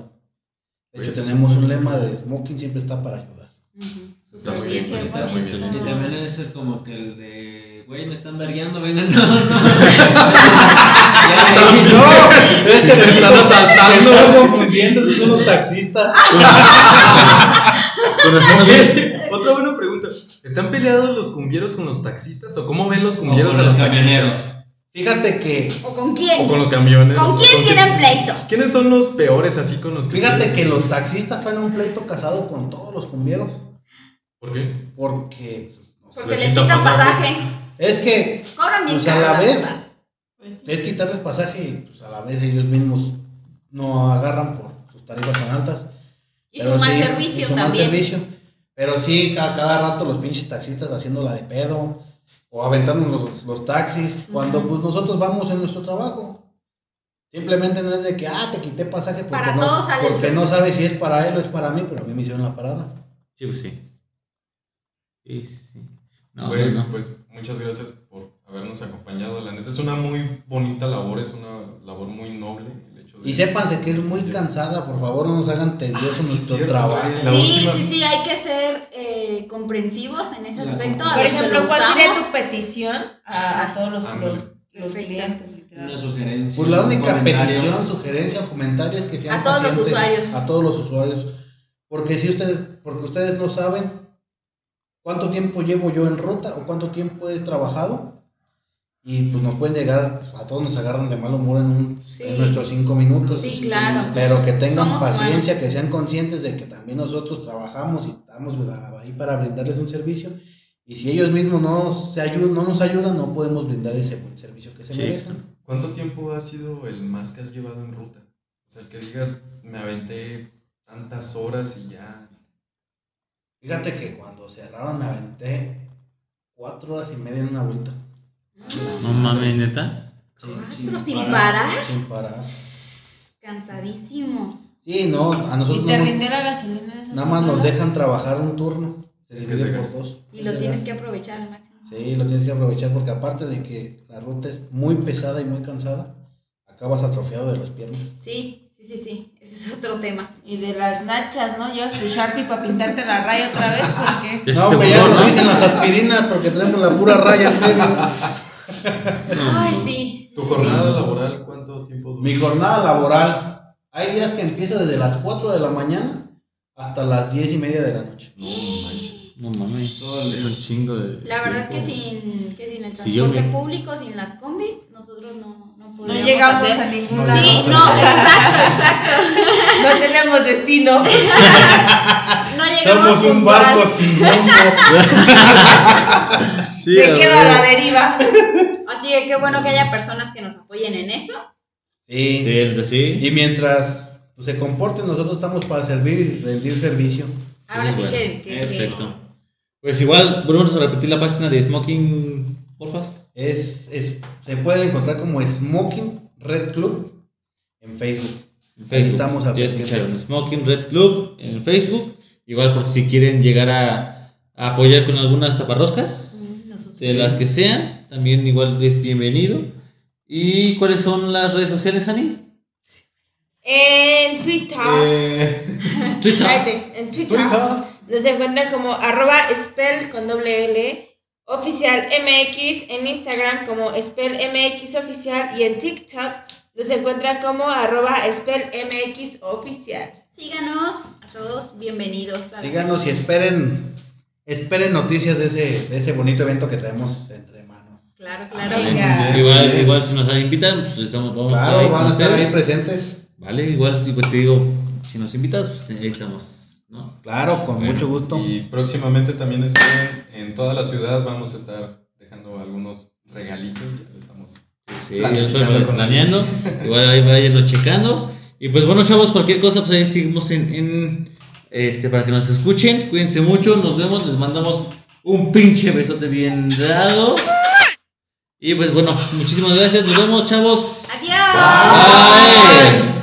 Speaker 1: De hecho,
Speaker 3: Pues,
Speaker 1: tenemos un lema de Smoking siempre está para ayudar.
Speaker 4: Ujú.
Speaker 3: Está muy bien,
Speaker 4: Bien,
Speaker 3: está muy bien.
Speaker 6: Y también debe ser como que el de, güey, me están vergueando, vengan todos, ¿no? Ya,
Speaker 1: ¡No! Es que
Speaker 3: Te están asaltando.
Speaker 1: me están confundiendo, esos son los taxistas.
Speaker 2: Con razón, güey.
Speaker 3: Otra buena pregunta. ¿Están peleados los cumbieros con los taxistas? ¿O cómo ven los
Speaker 6: como
Speaker 3: cumbieros a
Speaker 6: los
Speaker 3: los taxistas?
Speaker 6: camioneros.
Speaker 1: Fíjate que...
Speaker 4: ¿O con quién?
Speaker 3: ¿O con los camiones?
Speaker 4: Eh, ¿Con quién tienen pleito?
Speaker 3: ¿Quiénes son los peores así con los que
Speaker 1: Fíjate
Speaker 3: ustedes-
Speaker 1: que los taxistas traen un pleito casado con todos los cumbieros.
Speaker 3: ¿Por qué?
Speaker 1: Porque...
Speaker 4: Porque les quitan pasaje.
Speaker 1: Es que,
Speaker 4: Cobran bien
Speaker 1: pues, a
Speaker 4: caro,
Speaker 1: la vez...
Speaker 4: verdad.
Speaker 5: Pues sí.
Speaker 1: es quitarles pasaje y pues a la vez ellos mismos no agarran por sus tarifas tan altas.
Speaker 4: Y
Speaker 1: Pero
Speaker 4: su mal
Speaker 1: sí, y
Speaker 4: servicio
Speaker 1: su mal
Speaker 4: también.
Speaker 1: servicio. Pero sí, cada, cada rato los pinches taxistas haciéndola de pedo o aventando los, los taxis cuando
Speaker 4: Ujú.
Speaker 1: pues nosotros vamos en nuestro trabajo. Simplemente no es de que, ah, te quité pasaje porque,
Speaker 4: Para
Speaker 1: no,
Speaker 4: todos sale el
Speaker 1: porque
Speaker 4: mismo.
Speaker 1: no sabes si es para él o es para mí, pero a mí me hicieron la parada.
Speaker 2: Sí, pues sí. Sí, sí, sí. No,
Speaker 3: Güey,
Speaker 2: no, no.
Speaker 3: pues muchas gracias por habernos acompañado. La neta es una muy bonita labor, es una labor muy noble. El hecho de
Speaker 1: Y sépanse que es muy
Speaker 3: Sí.
Speaker 1: cansada, por favor, no nos hagan tedioso
Speaker 3: Ah, sí,
Speaker 1: nuestro
Speaker 3: cierto,
Speaker 1: trabajo.
Speaker 3: güey. La
Speaker 4: Sí,
Speaker 3: última-
Speaker 4: sí, sí, hay que ser eh, comprensivos en ese
Speaker 8: La
Speaker 4: aspecto. A
Speaker 5: Por
Speaker 4: los que
Speaker 5: ejemplo,
Speaker 4: lo
Speaker 5: ¿cuál sería tu
Speaker 4: usamos.
Speaker 5: petición a, a todos los,
Speaker 3: Ándale.
Speaker 5: los, los clientes?
Speaker 6: Una
Speaker 5: literal?
Speaker 6: sugerencia.
Speaker 1: Pues la
Speaker 6: un
Speaker 1: única
Speaker 6: comentario.
Speaker 1: petición, sugerencia o comentario es que sean
Speaker 4: A todos los
Speaker 1: pacientes,
Speaker 4: usuarios.
Speaker 1: A todos los usuarios. Porque si ustedes, porque ustedes no saben cuánto tiempo llevo yo en ruta o cuánto tiempo he trabajado. Y pues nos pueden llegar, a todos nos agarran de mal humor en, un-
Speaker 4: Sí.
Speaker 1: en nuestros cinco minutos.
Speaker 4: Sí, claro.
Speaker 1: Pero que tengan
Speaker 4: Somos
Speaker 1: paciencia,
Speaker 4: humanos.
Speaker 1: que sean conscientes de que también nosotros trabajamos y estamos pues, ahí para brindarles un servicio. Y si ellos mismos no, se ayudan, no nos ayudan, no podemos brindar ese buen servicio que se
Speaker 2: Sí.
Speaker 1: merecen.
Speaker 3: ¿Cuánto tiempo ha sido el más que has llevado en ruta? O sea, el que digas, me aventé tantas horas y ya.
Speaker 1: Fíjate que cuando cerraron me aventé cuatro horas y media en una vuelta.
Speaker 2: No mames, neta.
Speaker 4: Cuatro sin parar.
Speaker 1: Sin parar.
Speaker 4: Cansadísimo.
Speaker 1: Sí, no, a
Speaker 5: ¿Y
Speaker 1: nosotros
Speaker 5: te
Speaker 1: no-
Speaker 5: rindió la gasolina en esas
Speaker 1: nada más nos
Speaker 5: jornadas?
Speaker 1: dejan trabajar un turno. Se
Speaker 3: Es que
Speaker 1: divide
Speaker 3: se
Speaker 1: por
Speaker 3: gasta.
Speaker 1: dos.
Speaker 4: Y lo
Speaker 1: Se
Speaker 4: tienes que
Speaker 1: gasta.
Speaker 4: aprovechar al máximo.
Speaker 1: Sí, lo tienes que aprovechar porque aparte de que la ruta es muy pesada y muy cansada, acabas atrofiado de las piernas.
Speaker 4: Sí, sí, sí, sí. Ese es otro tema.
Speaker 5: Y de las nachas, ¿no? Llevas tu Sharpie para pintarte la raya otra vez porque...
Speaker 2: Ya se
Speaker 1: no,
Speaker 2: te
Speaker 1: pues ya
Speaker 2: borró,
Speaker 1: nos
Speaker 2: Este ¿no?
Speaker 1: dicen las aspirinas porque tenemos la pura raya en medio.
Speaker 4: Ay, sí.
Speaker 3: ¿Tu jornada laboral cuánto tiempo dura?
Speaker 1: Mi jornada laboral, hay días que empiezo desde las 4 de la mañana hasta las 10 y media de la noche.
Speaker 2: No manches. No mames. Es un chingo de.
Speaker 4: La verdad
Speaker 2: tiempo.
Speaker 4: que sin, que sin el
Speaker 2: Si yo
Speaker 4: transporte
Speaker 2: me-
Speaker 4: público, sin las combis, nosotros no, no
Speaker 5: No
Speaker 4: podríamos
Speaker 5: llegamos
Speaker 4: hacer.
Speaker 5: a ningún
Speaker 1: No
Speaker 5: lado.
Speaker 4: Sí, no, exacto, exacto.
Speaker 5: No tenemos destino.
Speaker 4: No llegamos puntual.
Speaker 1: sin rumbo.
Speaker 2: Sí,
Speaker 5: Me
Speaker 2: a
Speaker 5: quedo a
Speaker 2: ver.
Speaker 5: la deriva.
Speaker 4: Así que qué bueno que haya personas que nos apoyen en eso.
Speaker 1: Sí.
Speaker 2: Sí, entonces sí.
Speaker 1: Y mientras pues, se comporten, nosotros estamos para servir y rendir servicio.
Speaker 4: Ahora sí
Speaker 2: Bueno,
Speaker 4: que, que- que-
Speaker 2: Perfecto. Pues igual, volvemos a repetir la página de Smoking, porfas.
Speaker 1: Es, es, se pueden encontrar como Smoking Red Club en Facebook.
Speaker 2: En Facebook.
Speaker 1: Estamos al
Speaker 2: ya
Speaker 1: pendiente.
Speaker 2: escucharon. Smoking Red Club en Facebook. Igual porque si quieren llegar a, a apoyar con algunas taparroscas,
Speaker 4: Mm, nosotros.
Speaker 2: de las que sean, también igual es bienvenido. ¿Y cuáles son las redes sociales, Ani?
Speaker 7: En Twitter.
Speaker 1: Eh,
Speaker 2: Twitter.
Speaker 7: Cállate, en Twitter.
Speaker 1: Twitter,
Speaker 7: Nos encuentran como arroba spell con doble L. Oficial MX en Instagram como Spell MX Oficial y en TikTok nos encuentran como arroba Spell MX Oficial.
Speaker 4: Síganos a todos, bienvenidos. a la-
Speaker 1: síganos y esperen, esperen noticias de ese, de ese bonito evento que traemos entre manos.
Speaker 4: Claro, claro.
Speaker 2: Vale,
Speaker 5: Venga.
Speaker 2: Igual, igual si nos invitan, pues estamos, vamos a estar
Speaker 1: Claro,
Speaker 2: ahí
Speaker 1: van a
Speaker 2: con
Speaker 1: estar ahí
Speaker 2: ustedes.
Speaker 1: presentes.
Speaker 2: Vale, igual tipo, te digo, si nos invitas, pues ahí estamos, ¿no?
Speaker 1: Claro, con
Speaker 2: Bueno,
Speaker 1: mucho gusto.
Speaker 3: Y próximamente también esperen, en toda la ciudad vamos a estar dejando algunos regalitos. Ya lo estamos.
Speaker 2: Sí, yo
Speaker 3: Platicando
Speaker 2: estoy
Speaker 3: con
Speaker 2: planeando, igual ahí vayanlo checando. Y pues bueno, chavos, cualquier cosa, pues ahí seguimos en, en, este, para que nos escuchen. Cuídense mucho, nos vemos, les mandamos un pinche besote bien dado. Y pues bueno, muchísimas gracias, nos vemos, chavos.
Speaker 4: Adiós.
Speaker 2: Bye.